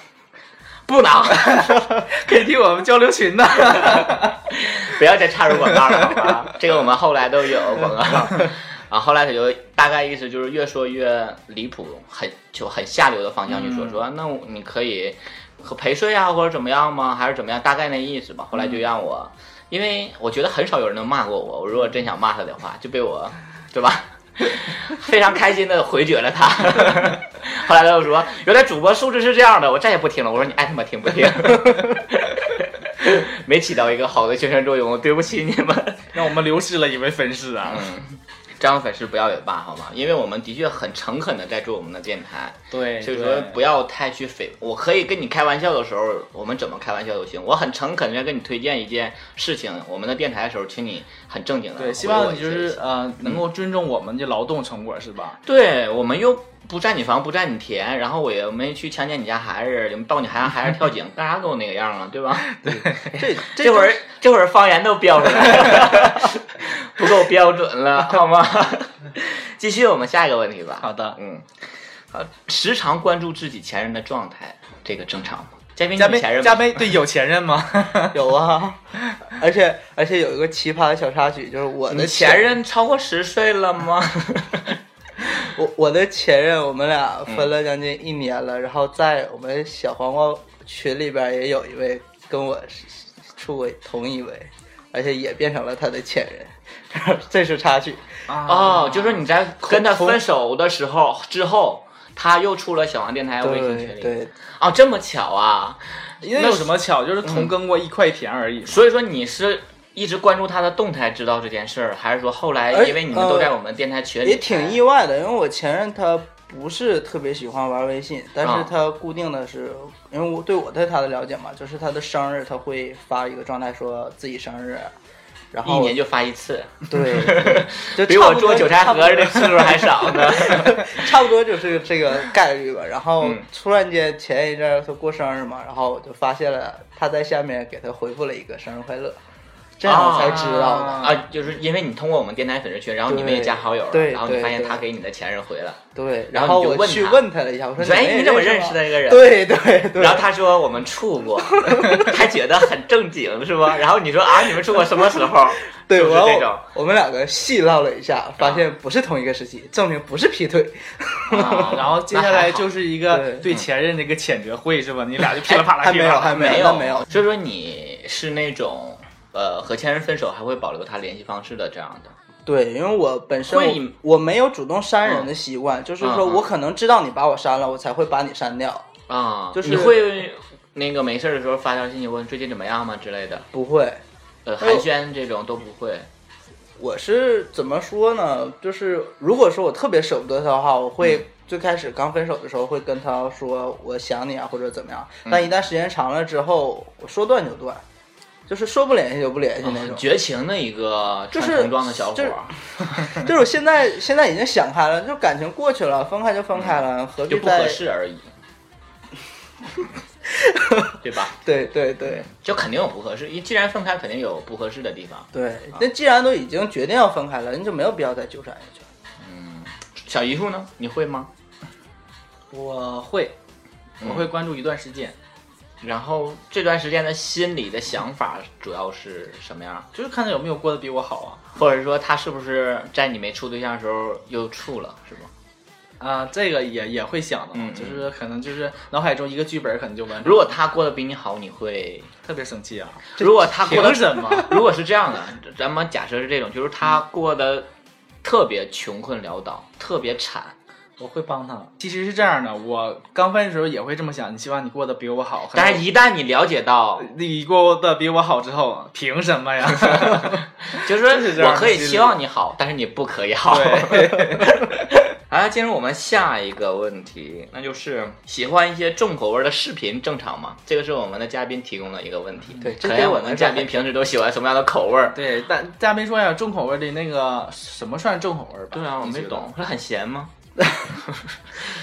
[SPEAKER 1] 不能，
[SPEAKER 11] [laughs] 可以听我们交流群呢。
[SPEAKER 1] [laughs] 不要再插入广告了，好吧？这个我们后来都有广 [laughs] 告。啊，后来他就大概意思就是越说越离谱，很就很下流的方向去说，嗯、说那你可以陪睡啊，或者怎么样吗？还是怎么样？大概那意思吧。后来就让我，因为我觉得很少有人能骂过我，我如果真想骂他的话，就被我，对吧？ [laughs] 非常开心的回绝了他， [laughs] 后来他又说，原来主播素质是这样的，我再也不听了。我说你爱他妈听不 [laughs] 听，没起到一个好的宣传作用，对不起你们，
[SPEAKER 11] [laughs] 让我们流失了一位粉丝啊。
[SPEAKER 1] 嗯，这样粉丝不要也罢，好吗？因为我们的确很诚恳的在做我们的电台，
[SPEAKER 11] 对，
[SPEAKER 1] 所以说不要太去诽。我可以跟你开玩笑的时候，我们怎么开玩笑都行。我很诚恳的跟你推荐一件事情，我们的电台的时候，请你。很正经的，
[SPEAKER 11] 对，希望你就是呃，能够尊重我们的劳动成果，是吧？
[SPEAKER 1] 嗯对，我们又不占你房，不占你田，然后我也没去强奸你家孩子，也到你孩子孩子跳井，干啥跟我那个样啊，对吧？
[SPEAKER 11] [laughs] 对，
[SPEAKER 1] [laughs] 这这会儿这会儿方言都标出来了， [laughs] 不够标准了，好吗？ [laughs] 继续我们下一个问题吧。
[SPEAKER 11] 好的，
[SPEAKER 1] 嗯，好，时常关注自己前任的状态，这个正常吗？嘉宾，
[SPEAKER 11] 嘉宾，嘉
[SPEAKER 1] 宾，
[SPEAKER 11] 对，有前
[SPEAKER 1] [laughs]
[SPEAKER 11] 任吗？
[SPEAKER 13] 有啊，而且而且有一个奇葩的小插曲，就是我的
[SPEAKER 1] 前任超过十岁了吗？ [laughs]
[SPEAKER 13] 我我的前任，我们俩
[SPEAKER 1] 嗯
[SPEAKER 13] 分了将近一年了，嗯、然后在我们小黄瓜群里边也有一位跟我出轨同一位，而且也变成了他的前任， [laughs] 这是插曲。
[SPEAKER 11] 啊
[SPEAKER 1] 哦，就是你在跟他分手的时候之后。他又出了小王电台微信群里，
[SPEAKER 13] 对
[SPEAKER 1] 哦，这么巧啊！
[SPEAKER 11] 因为有什么巧，就是同耕过一块田而已、嗯。
[SPEAKER 1] 所以说你是一直关注他的动态，知道这件事儿，还是说后
[SPEAKER 11] 哎
[SPEAKER 1] 来因为你们都在我们电台群里、呃？
[SPEAKER 13] 也挺意外的，因为我前任他不是特别喜欢玩微信，但
[SPEAKER 1] 啊
[SPEAKER 13] 是他固定的是，嗯、因为我对我对他的了解嘛，就是他的生日他会发一个状态，说自己生日。然后
[SPEAKER 1] 一年就发一次， [laughs]
[SPEAKER 13] 对，
[SPEAKER 11] 哦
[SPEAKER 13] 就
[SPEAKER 1] 比我做韭菜盒的次数还少呢，
[SPEAKER 13] [laughs]
[SPEAKER 1] [laughs]
[SPEAKER 13] 差不多就是这个概率吧。然
[SPEAKER 1] 嗯
[SPEAKER 13] 后突然间前一阵儿他过生日嘛，然后我就发现了他在下面给他回复了一个生日快乐，这样我才知道的、
[SPEAKER 1] 啊、啊，就是因为你通过我们电台粉丝群，然后你们也加好友，
[SPEAKER 13] 对，
[SPEAKER 1] 然后你发现他给你的前任回了，
[SPEAKER 13] 对，
[SPEAKER 1] 然
[SPEAKER 13] 后
[SPEAKER 1] 我
[SPEAKER 13] 去问他了一下，我说
[SPEAKER 1] 哎你怎么认识的这个人？
[SPEAKER 13] 对对对，
[SPEAKER 1] 然后他说我们处
[SPEAKER 13] [laughs]
[SPEAKER 1] 过，他觉得很正经是吧？然后你说啊你们处过什么时候？
[SPEAKER 13] [laughs] 对，
[SPEAKER 1] 我
[SPEAKER 13] 我们两个细唠了一下，发现不是同一个时期，证明不是劈腿。
[SPEAKER 1] 啊
[SPEAKER 13] [laughs]
[SPEAKER 11] 然后接下来就是一个对嗯前任的一个谴责会，是吧？你俩就噼里啪啦，
[SPEAKER 13] 哎还没有，还
[SPEAKER 1] 没
[SPEAKER 13] 有，没有。
[SPEAKER 1] 所以说你是那种呃和 [laughs] 前任分手还会保留他联系方式的这样的。
[SPEAKER 13] 对，因为我本身我没有主动删
[SPEAKER 1] 嗯
[SPEAKER 13] 人的习惯，就是说我可能知道你把我删了，我才会把你删掉
[SPEAKER 1] 啊。
[SPEAKER 13] 就是
[SPEAKER 1] 你会那个没事的时候发条信息问最近怎么样吗之类的？
[SPEAKER 13] 不会。
[SPEAKER 1] 呃，
[SPEAKER 11] 哎
[SPEAKER 1] 寒暄这种都不会。
[SPEAKER 13] 我是怎么说呢？就是如果说我特别舍不得他的话，我
[SPEAKER 1] 嗯
[SPEAKER 13] 会最开始刚分手的时候会跟他
[SPEAKER 1] 嗯
[SPEAKER 13] 说我想你啊，或者怎么样。但一旦时间长了之后，我说断就断。就是说不联系就不联系那种，
[SPEAKER 1] 绝情的一个
[SPEAKER 13] 就
[SPEAKER 1] 哦穿
[SPEAKER 13] 是
[SPEAKER 1] 童装的小伙
[SPEAKER 13] 就是
[SPEAKER 1] 儿，
[SPEAKER 13] 就是我现在现在已经想开了，就感情过去了，分开就分开了，何
[SPEAKER 1] 嗯就
[SPEAKER 13] 必
[SPEAKER 1] 不合
[SPEAKER 13] 再
[SPEAKER 1] 适而已，对吧？
[SPEAKER 13] 对对对
[SPEAKER 1] 就肯定有不合适，一既然分开，肯定有不合适的地方。
[SPEAKER 13] 对？那既然都已经决定要分开了，你就没有必要再纠缠下去了。
[SPEAKER 1] 小姨夫呢？你会吗？
[SPEAKER 11] 我会，我会关注一段时间，
[SPEAKER 1] 嗯然后这段时间的心里的想法主要是什么样？
[SPEAKER 11] 就是看他有没有过得比我好啊。
[SPEAKER 1] 或者说他是不是在你没处对象的时候又处了，是吗？
[SPEAKER 11] 啊，这个也也会想的嘛，
[SPEAKER 1] 嗯
[SPEAKER 11] 就是可能就是脑海中一个剧本，可能就完成了。
[SPEAKER 1] 如果他过得比你好，你会
[SPEAKER 11] 特别生气啊，
[SPEAKER 1] 如果他过得
[SPEAKER 11] 凭什么？
[SPEAKER 1] [laughs] 如果是这样的，咱们假设是这种，就是他过得特别穷困潦倒，特别惨，
[SPEAKER 11] 我会帮他。其实是这样的，我刚分手的时候也会这么想，你希望你过得比我好。
[SPEAKER 1] 但是一旦你了解到，
[SPEAKER 11] 你过得比我好之后，凭什
[SPEAKER 1] [laughs]
[SPEAKER 11] 么呀？
[SPEAKER 1] 就是
[SPEAKER 11] 是这
[SPEAKER 1] 说
[SPEAKER 11] 样的
[SPEAKER 1] 我可以
[SPEAKER 11] 心理
[SPEAKER 1] 期望你好，但是你不可以好。 [laughs] 啊，进入我们下一个问题，那就是喜欢一些重口味的视频正常吗？这个是我们的嘉宾提供的一个问题。
[SPEAKER 13] 对这
[SPEAKER 1] 可
[SPEAKER 13] 对
[SPEAKER 1] 能
[SPEAKER 13] 我
[SPEAKER 1] 我
[SPEAKER 13] 们
[SPEAKER 1] 们嘉宾平时都喜欢什么样的口味儿？
[SPEAKER 11] 对，但嘉宾说呀，重口味的那个什么算重口味吧？
[SPEAKER 1] 对啊，我没
[SPEAKER 11] 你觉得
[SPEAKER 1] 懂，，他很咸
[SPEAKER 11] [laughs]
[SPEAKER 1] 吗？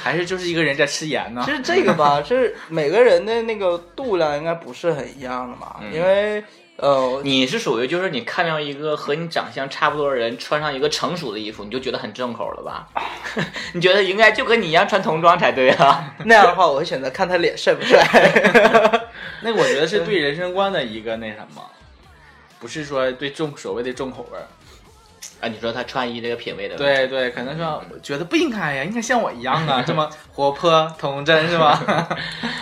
[SPEAKER 11] 还是 [laughs] 就是一个人在吃盐
[SPEAKER 1] 啊
[SPEAKER 11] 呢？
[SPEAKER 13] 其实这个吧，是每个人的那个度量应该不是很一样的嘛，
[SPEAKER 1] 嗯
[SPEAKER 13] 因为
[SPEAKER 1] [laughs]
[SPEAKER 13] 呃，
[SPEAKER 1] 你是属于就是你看到一个和你长相差不多的人穿上一个成熟的衣服，你就觉得很正口了吧？ [laughs] 你觉得应该就跟你一样穿童装才对啊？
[SPEAKER 13] 那样的话，我会选择看他脸帅不帅。
[SPEAKER 1] [laughs]
[SPEAKER 11] 那我觉得是对人生观的一个那什么，不是说对重所谓的重口味儿。
[SPEAKER 1] 啊，你说他穿衣这个品味的问题，
[SPEAKER 11] 对对，可能说我觉得不应该呀，应该像我一样啊，这么活泼童真
[SPEAKER 1] [laughs]
[SPEAKER 11] 是吧？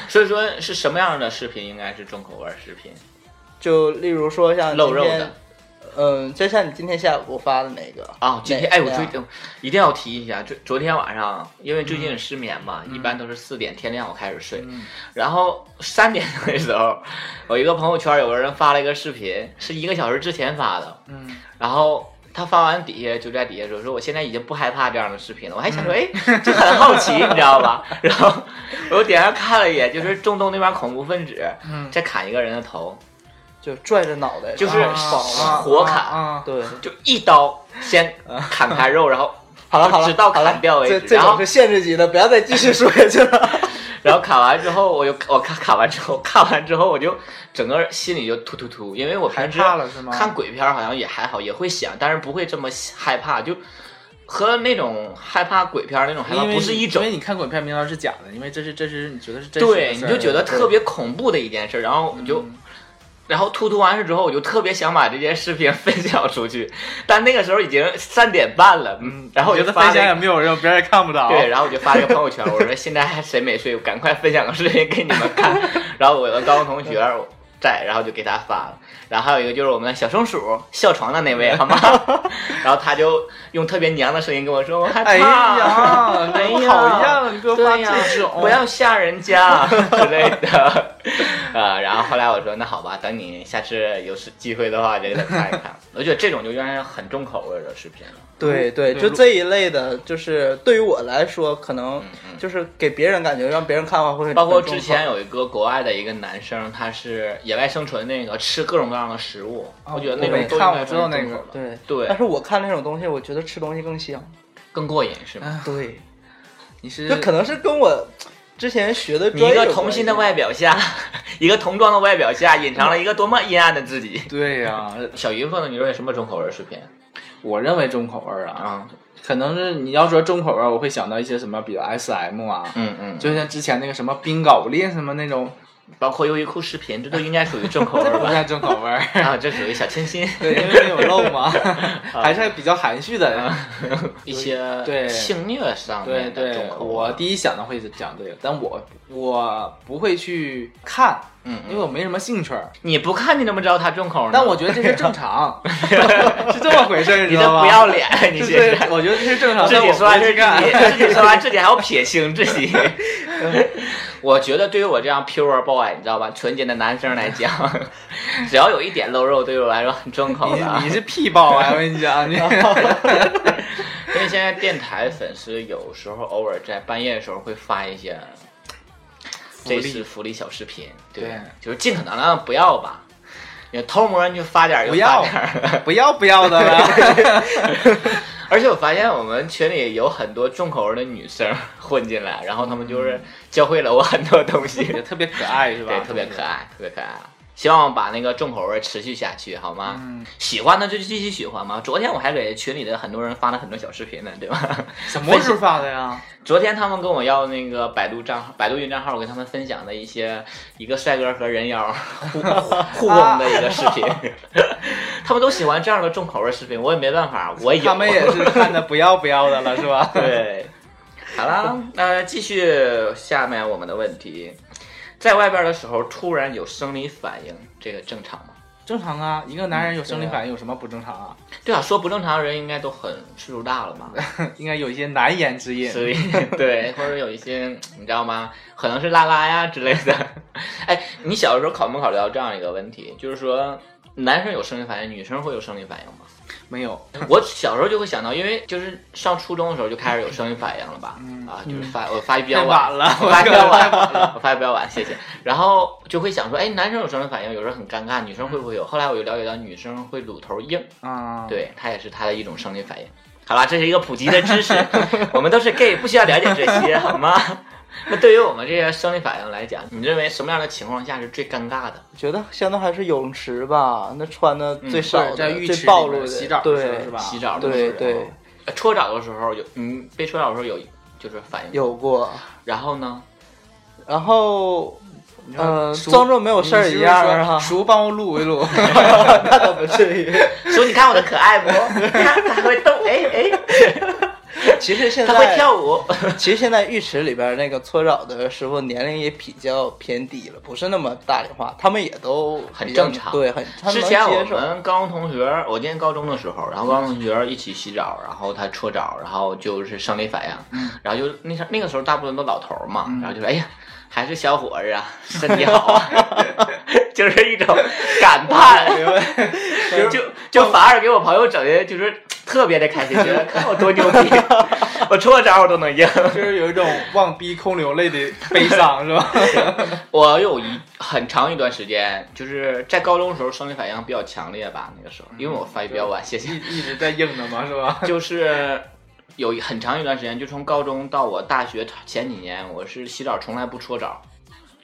[SPEAKER 1] 所以说是什么样的视频应该是重口味儿视频？
[SPEAKER 13] 就例如说像
[SPEAKER 1] 露肉
[SPEAKER 13] 今天
[SPEAKER 1] 的，
[SPEAKER 13] 嗯、就像你今天下午发的那个
[SPEAKER 1] 啊、今天
[SPEAKER 13] 哪
[SPEAKER 1] 哎，我
[SPEAKER 13] 哪
[SPEAKER 1] 最一定要提一下，昨昨天晚上，因为最
[SPEAKER 13] 嗯
[SPEAKER 1] 近失眠嘛，一般都是四点天亮我开始睡，然后三点的时候，我一个朋友圈有个人发了一个视频，是一个小时之前发的，
[SPEAKER 11] 嗯，
[SPEAKER 1] 然后他发完底下就在底下说，说我现在已经不害怕这样的视频了，我还想说，
[SPEAKER 13] 嗯
[SPEAKER 1] 哎，就很好奇，你知道吧？然后我点开看了一眼，就是中东那帮恐怖分子
[SPEAKER 11] 嗯
[SPEAKER 1] 在砍一个人的头，
[SPEAKER 13] 啊就拽着脑袋，
[SPEAKER 1] 就是
[SPEAKER 13] 绑了
[SPEAKER 1] 活砍。
[SPEAKER 11] 啊，
[SPEAKER 13] 对，
[SPEAKER 1] 就一刀先砍开肉，然后
[SPEAKER 13] 好了好了，
[SPEAKER 1] 直到
[SPEAKER 13] 好了
[SPEAKER 1] 砍掉为
[SPEAKER 13] 这
[SPEAKER 1] 止。
[SPEAKER 13] 这
[SPEAKER 1] 然
[SPEAKER 13] 种
[SPEAKER 1] 后
[SPEAKER 13] 是限制级的，不要再继续说下去
[SPEAKER 1] [laughs]
[SPEAKER 13] 了。
[SPEAKER 1] 然后砍完之后，我就我看砍完之后，看完之后我就整个心里就突突突，因为我平时
[SPEAKER 11] 害怕了是吗
[SPEAKER 1] 看鬼片好像也还好，也会想，但是不会这么害怕，就和那种害怕鬼片那种害怕
[SPEAKER 11] 因为
[SPEAKER 1] 不是一种
[SPEAKER 11] 因。为你看鬼片名道是假的，因为这是这是你觉得是真实的
[SPEAKER 1] 对，你
[SPEAKER 11] 事儿
[SPEAKER 1] 就觉得
[SPEAKER 11] 对嗯
[SPEAKER 1] 特别恐怖的一件事，然后我就，然后突突完事之后，我就特别想把这件视频分享出去，但那个时候已经三点半了，嗯，然后我
[SPEAKER 11] 觉
[SPEAKER 1] 就
[SPEAKER 11] 得
[SPEAKER 1] 发
[SPEAKER 11] 分
[SPEAKER 1] 了一
[SPEAKER 11] 享
[SPEAKER 1] 个
[SPEAKER 11] 也没有用，别人也看不着。
[SPEAKER 1] 对，然后我就发了个朋友圈，我说现在还谁没睡，我赶快分享个视频给你们 [laughs] 看。然后我的高中同学在，然后就给他发了。然后还有一个就是我们的小松鼠笑床的那位，好 [laughs] 吗？然后他就用特别娘的声音跟我说：“我害怕，
[SPEAKER 11] 哎呀，
[SPEAKER 1] 哎
[SPEAKER 11] 我
[SPEAKER 1] 呀
[SPEAKER 11] 讨厌了，你给我发
[SPEAKER 1] 对呀
[SPEAKER 11] 这种，
[SPEAKER 1] 不要吓人家 [laughs] 之类的。” [laughs] 啊，然后后来我说：“那好吧，等你下次有时机会的话，就给他看一看。”我觉得这种就应该很重口味的视频了。
[SPEAKER 13] 对对，
[SPEAKER 11] 对
[SPEAKER 13] 就
[SPEAKER 11] 如
[SPEAKER 13] 这一类的，就是对于我来说，可能就是给别人感觉，让别人看完会
[SPEAKER 1] 嗯
[SPEAKER 13] 很
[SPEAKER 1] 包括
[SPEAKER 13] 重
[SPEAKER 1] 之
[SPEAKER 13] 口
[SPEAKER 1] 前有一个国外的一个男生，他是野外生存那个吃各种各样的食物，我觉得那
[SPEAKER 11] 哦我没
[SPEAKER 1] 种都应
[SPEAKER 11] 看
[SPEAKER 1] 该
[SPEAKER 11] 我知道
[SPEAKER 1] 分
[SPEAKER 11] 那个
[SPEAKER 1] 众口的
[SPEAKER 13] 对
[SPEAKER 1] 对
[SPEAKER 13] 但是我看那种东西，我觉得吃东西更香。
[SPEAKER 1] 更过瘾是吗？
[SPEAKER 13] 对，
[SPEAKER 11] 哎你是
[SPEAKER 13] 这可能是跟我之前学的
[SPEAKER 1] 你一
[SPEAKER 13] 专业有
[SPEAKER 1] 个
[SPEAKER 13] 关系
[SPEAKER 1] 童心的外表下， [laughs] 一个童装的外表下，隐藏了一个多么阴暗的自己。
[SPEAKER 11] 嗯对呀，
[SPEAKER 1] [laughs] 小姨夫呢？你认为什么重口味视频
[SPEAKER 11] 我认为重口味儿啊，
[SPEAKER 1] 啊？
[SPEAKER 11] 可能是你要说重口味儿，我会想到一些什么，比如 S M 啊，
[SPEAKER 1] 嗯嗯，
[SPEAKER 11] 就像之前那个什么冰镐链什么那种，
[SPEAKER 1] 包括优衣库视频，这都应该属于重口味
[SPEAKER 11] 这 [laughs] 不
[SPEAKER 1] 吧？
[SPEAKER 11] 算重口味儿。
[SPEAKER 1] 啊，这属于小清新，
[SPEAKER 11] 对，因为没有
[SPEAKER 13] [laughs]
[SPEAKER 1] [laughs]
[SPEAKER 11] 露嘛， [laughs] 还是比较含蓄的。
[SPEAKER 1] 啊
[SPEAKER 11] [laughs]
[SPEAKER 1] 一些
[SPEAKER 11] 对
[SPEAKER 1] 性虐上
[SPEAKER 11] 对
[SPEAKER 1] 面的
[SPEAKER 11] 对
[SPEAKER 1] 重，口味。
[SPEAKER 11] 我第一想到会是讲这个，但我我不会去看，
[SPEAKER 1] 嗯嗯
[SPEAKER 11] 因为我没什么兴趣儿。
[SPEAKER 1] 你不看你怎么知道他重口呢？
[SPEAKER 11] 但我觉得这是
[SPEAKER 13] [laughs]
[SPEAKER 11] 正常，是这么回事儿，
[SPEAKER 1] 你
[SPEAKER 11] 知
[SPEAKER 1] 这
[SPEAKER 11] 道吗？
[SPEAKER 1] 不 [laughs] 要脸，啊你
[SPEAKER 11] 就
[SPEAKER 1] 这
[SPEAKER 11] 是
[SPEAKER 1] 是。
[SPEAKER 11] 我觉得这是
[SPEAKER 13] [laughs]
[SPEAKER 11] 正常，
[SPEAKER 1] 自己说
[SPEAKER 11] 但我
[SPEAKER 1] 完自
[SPEAKER 11] 不会去
[SPEAKER 1] 己，
[SPEAKER 11] 干。
[SPEAKER 1] 自己说完自己还要撇清自己。我觉得对于我这样 pure boy，你知道吧，纯洁的男生来讲，只要有一点露肉，对于我来说很重口
[SPEAKER 11] 你
[SPEAKER 1] 的啊。
[SPEAKER 11] 你是屁爆啊！我跟你
[SPEAKER 1] [laughs]
[SPEAKER 11] 讲，你
[SPEAKER 1] 因为现在电台粉丝有时候偶尔在半夜的时候会发一些这
[SPEAKER 11] 利
[SPEAKER 1] 是福利小视频，对，
[SPEAKER 11] 对
[SPEAKER 1] 就是尽可能的不要吧。你偷摸你就发点儿就
[SPEAKER 11] 不
[SPEAKER 1] [laughs]
[SPEAKER 11] 要
[SPEAKER 1] 发点儿，
[SPEAKER 11] 不要不要的了。
[SPEAKER 1] 而且我发现我们群里有很多重口味的女生混进来，然后她们就是教会了我很多东 [laughs] 西，
[SPEAKER 11] 特别可爱是吧
[SPEAKER 1] 对，特别可爱，特别可爱。希望把那个重口味持续下去，好吗？嗯、喜欢的就继续喜欢嘛。昨天我还给群里的很多人发了很多小视频呢，对吧？ [laughs]
[SPEAKER 11] 什么时候发的呀？
[SPEAKER 1] 昨天他们跟我要那个百度账号、百度云账号，我跟他们分享的一些一个帅哥和人妖互互攻的一个视频，他们都喜欢这样的重口味视频，我也没办法，我哎有。
[SPEAKER 11] 他们也是看的不要不要的了，是吧？ [laughs]
[SPEAKER 1] 对，好了，那继续下面我们的问题，在外边的时候突然有生理反应，这个正常吗？
[SPEAKER 11] 正常啊，一个男人有生理反应有什么不正常啊？
[SPEAKER 1] 对啊，说不正常的人应该都很岁数大了吧？
[SPEAKER 11] [laughs] 应该有一些难言之隐，
[SPEAKER 1] 所以对，或者有一些你知道吗？可能是拉拉呀之类的。 [laughs] 哎，你小的时候考没考虑到这样一个问题，就是说男生有生理反应，女生会有生理反应吗？
[SPEAKER 11] [laughs] 没有，
[SPEAKER 1] 我小时候就会想到，因为就是上初中的时候就开始有生理反应了吧？啊，就是发我发育比较
[SPEAKER 11] 太晚了
[SPEAKER 1] 我发育比较晚，我发育比较晚，谢谢。然后就会想说，哎，男生有生理反应，有时候很尴尬，女生会不会有？后来我就了解到，女生会乳头硬，
[SPEAKER 11] 嗯啊，
[SPEAKER 1] 对，它也是她的一种生理反应。好啦，这是一个普及的知识，我们都是 gay，不需要了解这些，好吗？那对于我们这些生理反应来讲，你认为什么样的情况下是最尴尬的？
[SPEAKER 13] 我觉得相当还是泳池吧，那穿的最少
[SPEAKER 11] 嗯
[SPEAKER 13] 的、
[SPEAKER 11] 是在浴池
[SPEAKER 13] 最暴露
[SPEAKER 11] 里
[SPEAKER 13] 的，
[SPEAKER 11] 面洗澡的时候
[SPEAKER 13] 对
[SPEAKER 11] 是吧
[SPEAKER 1] 洗澡的时
[SPEAKER 13] 对
[SPEAKER 1] 候
[SPEAKER 13] 对，
[SPEAKER 1] 呃搓澡的时候有，嗯，被搓澡的时候有就是反应，
[SPEAKER 13] 有过。
[SPEAKER 1] 然后呢？
[SPEAKER 13] 然后，
[SPEAKER 11] 说
[SPEAKER 13] 呃，
[SPEAKER 11] 叔
[SPEAKER 13] 装作没有事儿一样
[SPEAKER 11] 你是不
[SPEAKER 1] [laughs]
[SPEAKER 11] 是说
[SPEAKER 13] 啊，
[SPEAKER 11] 叔帮我撸一撸，
[SPEAKER 13] [laughs] 那倒不至于。
[SPEAKER 1] 叔，你看我的可爱
[SPEAKER 11] [laughs]
[SPEAKER 1] 不？你看他会动，哎哎，
[SPEAKER 13] 其实现在
[SPEAKER 1] 他会跳舞。
[SPEAKER 13] [laughs] 其实现在浴池里边那个搓澡的师傅年龄也比较偏低了，不是那么大龄化，他们也都
[SPEAKER 1] 很
[SPEAKER 13] 比较
[SPEAKER 1] 正常
[SPEAKER 13] 对，很他们
[SPEAKER 1] 之
[SPEAKER 13] 能
[SPEAKER 1] 前我
[SPEAKER 13] 接受。
[SPEAKER 1] 们高中同学，我念高中的时候，然后高中同学一起洗澡，然后他搓澡，然后就是生理反应，然后就那时那个时候大部分都老头儿嘛，然后就说哎呀，还是小伙儿啊，身体好啊，就是一种感叹，就就就反而给我朋友整的就是特别的开心，觉得看我多牛
[SPEAKER 13] [laughs]
[SPEAKER 1] 逼，我搓澡我都能赢。
[SPEAKER 11] 就是有一种望逼空流泪的悲伤，是吧？
[SPEAKER 1] [laughs] 我有一很长一段时间，就是在高中的时候生理反应比较强烈吧，那个时候，因为我发育比较晚，谢谢。
[SPEAKER 11] 一一直在硬的嘛，是吧？
[SPEAKER 1] [laughs] 就是有一很长一段时间，就从高中到我大学前几年，我是洗澡从来不搓澡，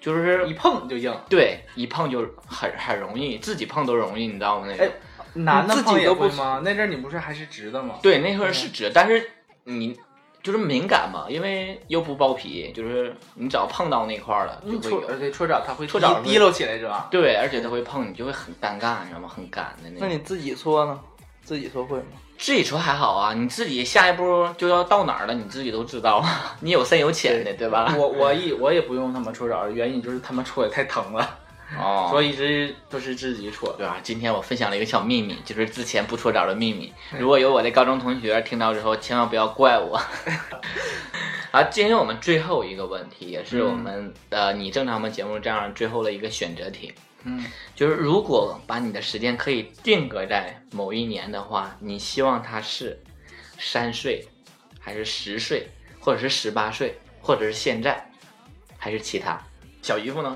[SPEAKER 1] 就是
[SPEAKER 11] 一碰就硬，
[SPEAKER 1] 对一碰就很很容易，自己碰都容易，你知道吗？那种、
[SPEAKER 11] 哎男的
[SPEAKER 13] 自己
[SPEAKER 11] 碰也
[SPEAKER 13] 都不
[SPEAKER 11] 会吗？那阵儿你不是还是直的吗？
[SPEAKER 1] 对那会儿是指，但是你就是敏感嘛，因为又不包皮，就是你只要碰到那块儿了，就会
[SPEAKER 11] 搓
[SPEAKER 1] 有。
[SPEAKER 11] 嗯而且搓澡它会
[SPEAKER 1] 搓澡
[SPEAKER 11] 滴滴溜起来是吧？
[SPEAKER 1] 对，而且他会碰你，就会很尴尬，你知道吗？很赶的那
[SPEAKER 13] 那
[SPEAKER 1] 种。
[SPEAKER 13] 你自己搓呢？自己搓会吗？
[SPEAKER 1] 自己说还好啊，你自己下一步就要到哪儿了，你自己都知道， [laughs] 你有深有浅的，对吧？
[SPEAKER 11] 我我也我也不用他们搓澡，原因就是他们搓的太疼了，
[SPEAKER 1] 哦，
[SPEAKER 11] [laughs] 所以一直都是自己搓。
[SPEAKER 1] 对吧？今天我分享了一个小秘密，就是之前不搓澡的秘密。如果有我的高中同学听到之后，千万不要怪
[SPEAKER 11] [laughs]
[SPEAKER 1] 我。好，今天我们最后一个问题，也是我们、呃你正常们节目这样最后的一个选择题。
[SPEAKER 11] 嗯，
[SPEAKER 1] 就是如果把你的时间可以定格在某一年的话，你希望它是三岁，还是十岁，或者是十八岁，或者是现在，还是其他？小姨夫呢？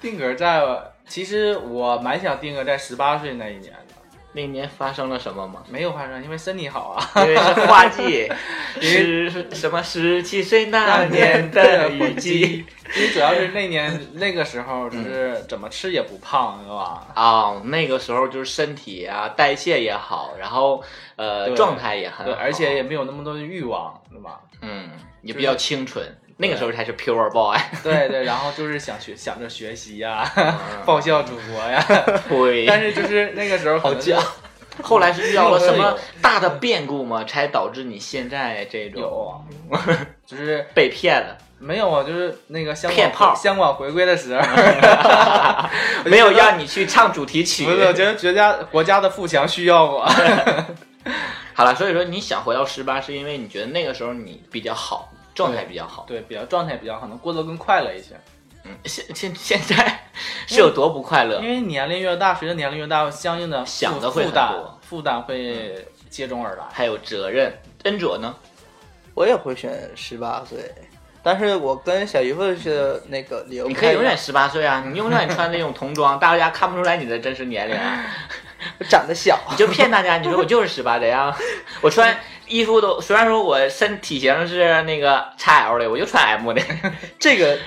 [SPEAKER 11] 定格在，其实我蛮想定格在十八岁那一年的，
[SPEAKER 1] 那一年发生了什么吗？
[SPEAKER 11] 没有发生，因为身体好啊。
[SPEAKER 1] 因为是花季，
[SPEAKER 11] [laughs] 因
[SPEAKER 1] 十什么十七岁那年的雨季
[SPEAKER 11] [laughs] 因为主要是那年那个时候，就是怎么吃也不胖，是吧？
[SPEAKER 1] 啊、那个时候就是身体啊代谢也好，然后呃
[SPEAKER 11] 对
[SPEAKER 1] 状态也很
[SPEAKER 11] 对，
[SPEAKER 1] 好，
[SPEAKER 11] 而且也没有那么多的欲望，
[SPEAKER 1] [laughs]
[SPEAKER 11] 是吧？
[SPEAKER 1] 嗯也比较清纯，那个时候才是 pure
[SPEAKER 11] [laughs]
[SPEAKER 1] boy，
[SPEAKER 11] 对对，然后就是想学，想着学习呀、
[SPEAKER 1] 嗯
[SPEAKER 11] 报效祖国呀、
[SPEAKER 1] [laughs] 对。
[SPEAKER 11] 但是就是那个时候好
[SPEAKER 13] 犟
[SPEAKER 1] 后来是遇到了什
[SPEAKER 11] 有
[SPEAKER 1] 么
[SPEAKER 11] [laughs] 有
[SPEAKER 1] 大的变故吗？才导致你现在这种
[SPEAKER 11] 有，就是
[SPEAKER 1] 被骗了，
[SPEAKER 11] 没有啊，就是那个香
[SPEAKER 1] 骗炮
[SPEAKER 11] 港香港回归的时候， [laughs]
[SPEAKER 1] 没有让你去唱主题曲
[SPEAKER 11] 不。是，我觉得国家国家的富强需要我。
[SPEAKER 1] 好了，所以说你想回到十八，是因为你觉得那个时候你比较好，状态比较好。
[SPEAKER 11] 对，比较状态比较好，能过得更快乐一些。
[SPEAKER 1] 嗯，现现现在是有多不快乐
[SPEAKER 11] 因？为年龄越大，随着年龄越大，相应的负
[SPEAKER 1] 想的会
[SPEAKER 11] 负
[SPEAKER 1] 很
[SPEAKER 11] 担
[SPEAKER 1] 多嗯
[SPEAKER 11] 负担会接踵而来。
[SPEAKER 1] 还有责任。恩卓呢？
[SPEAKER 13] 我也会选十八岁，但是我跟小姨夫是那个理由
[SPEAKER 1] 你
[SPEAKER 13] 不
[SPEAKER 1] 可
[SPEAKER 13] 太
[SPEAKER 1] 以
[SPEAKER 13] 一样，
[SPEAKER 1] 永远十八岁啊，你永远穿那种童装，大家看不出来你的真实年龄啊。
[SPEAKER 13] 我长得小，
[SPEAKER 1] 你就骗大家，你说我就是十八怎样？我穿衣服都虽然说我身体型是那个 XL 的，我就穿 M 的。
[SPEAKER 13] [laughs] 这个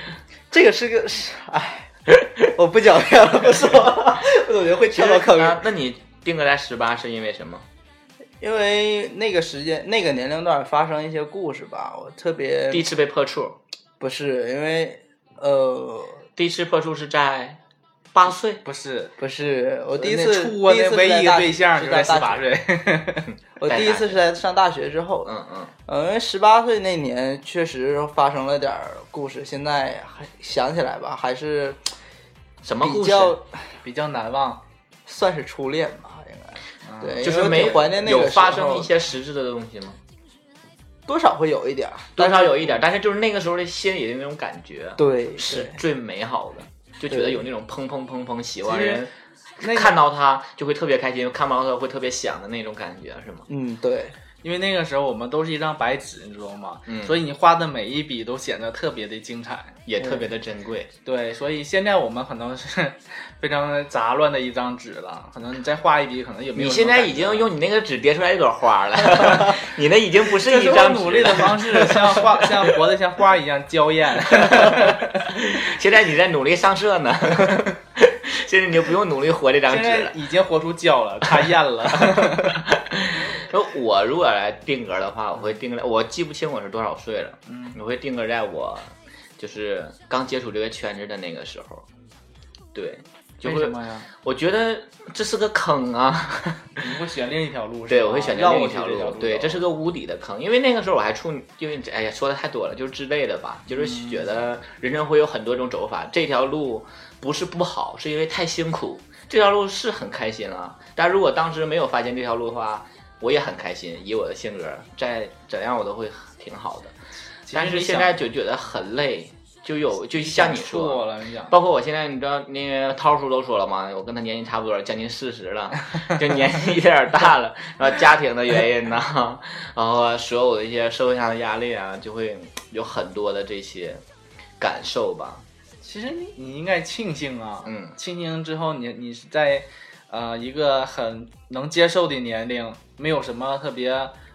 [SPEAKER 13] 这个是个，是哎，我不狡辩了，不说了，我总觉得会跳到坑里。
[SPEAKER 1] 啊那你定格在十八是因为什么？
[SPEAKER 13] 因为那个时间、那个年龄段发生一些故事吧，我特别
[SPEAKER 1] 第一次被破处，
[SPEAKER 13] 不是因为呃，
[SPEAKER 1] 第一次破处是在八岁，
[SPEAKER 11] 不是
[SPEAKER 13] 不是，
[SPEAKER 1] 呃
[SPEAKER 13] 我第一
[SPEAKER 11] 那
[SPEAKER 13] 次
[SPEAKER 11] 处过
[SPEAKER 1] 啊
[SPEAKER 13] 第一
[SPEAKER 11] 那
[SPEAKER 13] 次
[SPEAKER 11] 唯
[SPEAKER 13] 是在
[SPEAKER 11] 一一
[SPEAKER 13] 大
[SPEAKER 11] 个对象
[SPEAKER 13] 是
[SPEAKER 11] 就
[SPEAKER 13] 在大
[SPEAKER 11] 在十八岁，
[SPEAKER 1] [laughs]
[SPEAKER 13] 我第一次是在上大学之后，呃
[SPEAKER 1] 嗯嗯，
[SPEAKER 13] 因为十八岁那年确实发生了点儿故事，现在还想起来吧，还是
[SPEAKER 1] 什么故事
[SPEAKER 13] 比较
[SPEAKER 11] 比较难忘，啊
[SPEAKER 13] 算是初恋吧，应该、对，
[SPEAKER 1] 嗯就
[SPEAKER 13] 因
[SPEAKER 1] 是
[SPEAKER 13] 为
[SPEAKER 1] 没
[SPEAKER 13] 挺怀念那个
[SPEAKER 1] 有发
[SPEAKER 13] 时候
[SPEAKER 1] 生一些实质的东西吗？
[SPEAKER 13] 多少会有一点儿，
[SPEAKER 1] 多少有一点，但是就是那个时候的心里的那种感觉，
[SPEAKER 13] 对
[SPEAKER 1] 是最美好的，就觉得有那种砰砰砰砰喜欢人
[SPEAKER 11] 其实那，个
[SPEAKER 1] 看到他就会特别开心，看不到他会特别想的那种感觉，是吗？
[SPEAKER 13] 嗯，对，
[SPEAKER 11] 因为那个时候我们都是一张白纸，你知道吗？
[SPEAKER 1] 嗯
[SPEAKER 11] 所以你画的每一笔都显得特别的精彩，嗯
[SPEAKER 1] 也特别的珍贵。
[SPEAKER 11] 对，所以现在我们可能是 [laughs] 非常杂乱的一张纸了，可能你再画一笔，可能也
[SPEAKER 1] 你
[SPEAKER 11] 没有什
[SPEAKER 1] 现
[SPEAKER 11] 么
[SPEAKER 1] 在
[SPEAKER 11] 感觉。
[SPEAKER 1] 已经用你那个纸叠出来一朵花
[SPEAKER 11] [laughs]
[SPEAKER 1] 了，你那已经不是
[SPEAKER 11] 这
[SPEAKER 1] 一
[SPEAKER 11] 是我
[SPEAKER 1] 张纸
[SPEAKER 11] 努力的
[SPEAKER 1] 了
[SPEAKER 11] 方式，像画像活得像花一样娇艳。
[SPEAKER 1] 现在你在努力上色呢， [laughs] 现在你就不用努力活这张
[SPEAKER 11] 现
[SPEAKER 1] 纸
[SPEAKER 11] 在
[SPEAKER 1] 了。
[SPEAKER 11] 已经活出娇了，她艳
[SPEAKER 1] [laughs]
[SPEAKER 11] 了。
[SPEAKER 1] 说我如果来定格的话，我会定格在，我记不清我是多少岁了，嗯，我会定格在我就是刚接触这个圈子的那个时候，对，就
[SPEAKER 11] 为
[SPEAKER 1] 会
[SPEAKER 11] 什么呀？
[SPEAKER 1] 我觉得这是个坑啊，
[SPEAKER 11] 你会选另一条路是吧？
[SPEAKER 1] 对，我会选择另一条
[SPEAKER 11] 绕过去这
[SPEAKER 1] 路，
[SPEAKER 11] 走
[SPEAKER 1] 对，这是个无底的坑，因为那个时候我还处女，因为哎呀说的太多了，就是之类的吧，就是
[SPEAKER 11] 嗯
[SPEAKER 1] 觉得人生会有很多种走法，这条路不是不好，是因为太辛苦，这条路是很开心啊，但如果当时没有发现这条路的话，我也很开心，以我的性格，再怎样我都会挺好的，
[SPEAKER 11] 其实
[SPEAKER 1] 但
[SPEAKER 11] 你
[SPEAKER 1] 是
[SPEAKER 11] 想
[SPEAKER 1] 现在就觉得很累，就有就像你说
[SPEAKER 11] 错了，你讲
[SPEAKER 1] 包括我现在，你知道那个涛叔都说了嘛，我跟他年纪差不多，将近四十了，就年纪有点大了，然后家庭的原因呐、然后所有的一些社会上的压力啊，就会有很多的这些感受吧。
[SPEAKER 11] 其实你你应该庆幸啊，
[SPEAKER 1] 嗯，
[SPEAKER 11] 庆幸之后你你是在呃一个很能接受的年龄，没有什么特别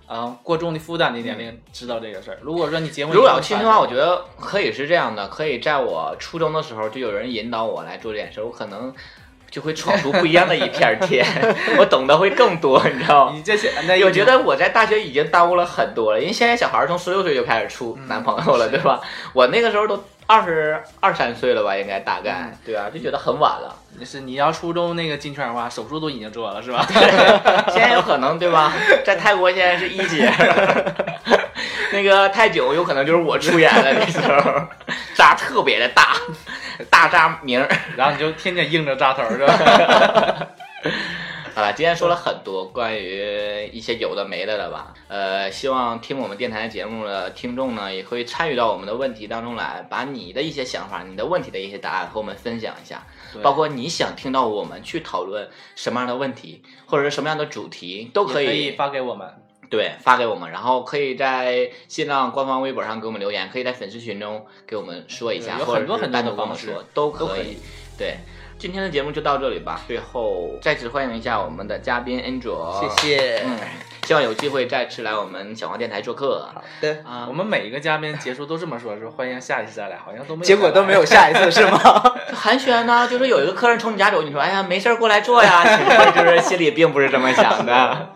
[SPEAKER 11] 呃过重的负担的年龄知道这个事儿。如果说你结婚
[SPEAKER 1] 嗯
[SPEAKER 11] 以
[SPEAKER 1] 如
[SPEAKER 11] 后
[SPEAKER 1] 果
[SPEAKER 11] 才，
[SPEAKER 1] 要庆幸的话，我觉得可以是这样的，可以在我初中的时候就有人引导我来做这件事，我可能就会闯出不一样的一片天， [laughs] 我懂得会更多，你知道吗？
[SPEAKER 11] 你这些那
[SPEAKER 1] 我觉得我在大学已经耽误了很多了，因为现在小孩儿从十六岁就开始处男朋友了，对吧？我那个时候都二十二三岁了吧，应该大概，对啊，就觉得很晚了。
[SPEAKER 11] 你是你要初中那个进圈的话，手术都已经做了是吧？
[SPEAKER 1] 现在有可能对吧？在泰国现在是一姐， [laughs] 那个泰囧有可能就是我出演了，那时候渣特别的大，大渣名儿。
[SPEAKER 11] 然后你就天天硬着扎头是吧？
[SPEAKER 1] 好了，今天说了很多关于一些有的没的了吧？呃，希望听我们电台节目的听众呢，也会参与到我们的问题当中来，把你的一些想法、你的问题的一些答案和我们分享一下，
[SPEAKER 11] 对
[SPEAKER 1] 包括你想听到我们去讨论什么样的问题，或者是什么样的主题， [laughs] 都可
[SPEAKER 11] 也
[SPEAKER 1] 以
[SPEAKER 11] 可以发给我们。
[SPEAKER 1] 对发给我们，然 [laughs] 后可以在新浪官方微博上给我们留言，可以在粉丝群中给我们说一下，
[SPEAKER 11] 对有
[SPEAKER 1] 或者
[SPEAKER 11] 很多
[SPEAKER 1] 是
[SPEAKER 11] 很多
[SPEAKER 1] 单独
[SPEAKER 11] 的
[SPEAKER 1] 跟我们
[SPEAKER 11] 方式
[SPEAKER 1] 说都
[SPEAKER 11] 都可
[SPEAKER 1] 可
[SPEAKER 11] 以。
[SPEAKER 1] 对，今天的节目就到这里吧。最后再次欢迎一下我们的嘉宾 Angel，
[SPEAKER 13] 谢。谢。
[SPEAKER 1] 嗯，希望有机会再次来我们小黄电台做客。
[SPEAKER 13] 好的，
[SPEAKER 1] 啊，
[SPEAKER 11] 我们每一个嘉宾结束都这么说，说欢迎下一次再来，好像都没有
[SPEAKER 13] 结果
[SPEAKER 11] 再来
[SPEAKER 13] 都没有下一次
[SPEAKER 1] [laughs]
[SPEAKER 13] 是吗？
[SPEAKER 1] 寒暄呢，就是有一个客人从你家走，你说哎呀没事儿过来坐呀，其实就是心里并不是这么想的。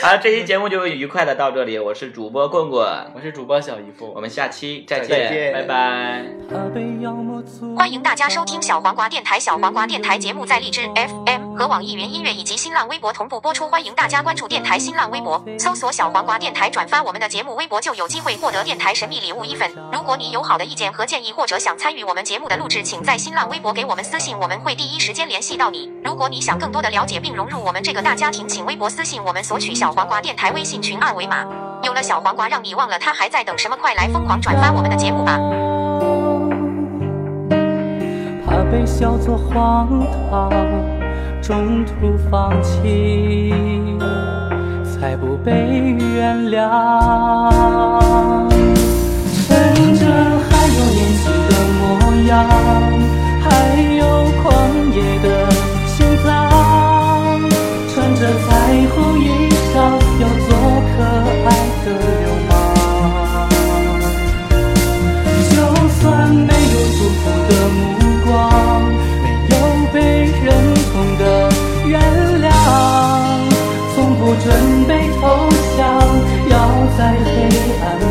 [SPEAKER 1] 啊，这期节目就愉快的到这里，我是主播棍棍，
[SPEAKER 11] 我是主播小姨夫，
[SPEAKER 1] 我们下期再见，
[SPEAKER 11] 再见
[SPEAKER 1] 拜拜。
[SPEAKER 14] 欢迎大家收听小黄瓜电台。小黄瓜电台节目在荔枝 FM 和网易云音乐以及新浪微博同步播出，欢迎大家关注电台新浪微博，搜索“小黄瓜电台”，转发我们的节目微博就有机会获得电台神秘礼物一份。如果你有好的意见和建议，或者想参与我们节目的录制，请在新浪微博给我们私信，我们会第一时间联系到你。如果你想更多的了解并融入我们这个大家庭，请微博私信我们索取小黄瓜电台微信群二维码。有了小黄瓜，让你忘了他还在等什么，快来疯狂转发我们的节目吧！
[SPEAKER 15] 怕被笑作荒唐，中途放弃，才不被原谅。趁着还。
[SPEAKER 11] 洋，还有狂野的心脏，穿着彩虹衣裳，要做可爱的流氓。就算没有祝福的目光，没有被认同的原谅，从不准备投降，要在黑暗中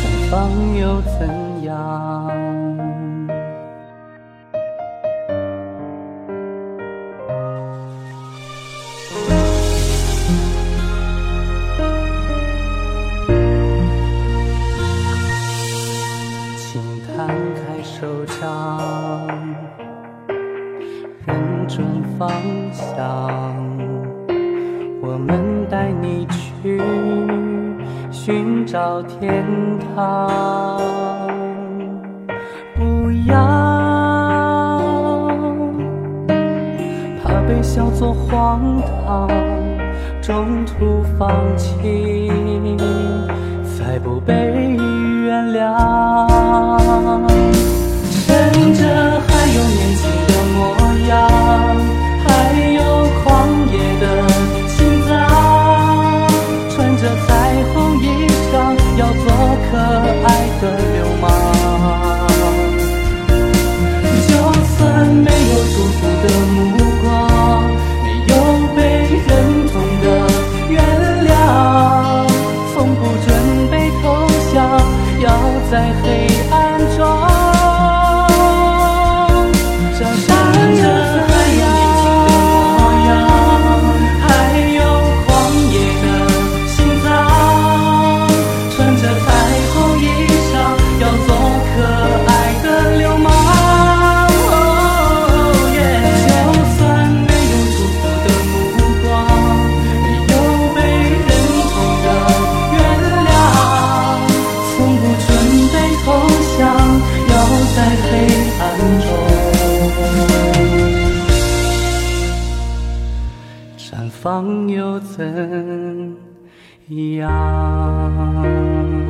[SPEAKER 11] 绽放又怎样？请摊开手掌，认准方向，我们带你去寻找天堂。不要怕被笑作荒唐，中途放弃，才不被原谅。趁着还有年轻的模样，还有狂野的心脏，穿着彩虹衣裳，要做可爱的流氓。就算没有祝福的目光，没有被认同的原谅，从不准备投降，要在黑暗中。想象着海洋，还有狂野的心脏，穿着彩虹衣裳，要做可爱的流氓。就算没有祝福的目光，没有被认同的原谅，从不准备投降，要在黑暗中。绽放又怎样？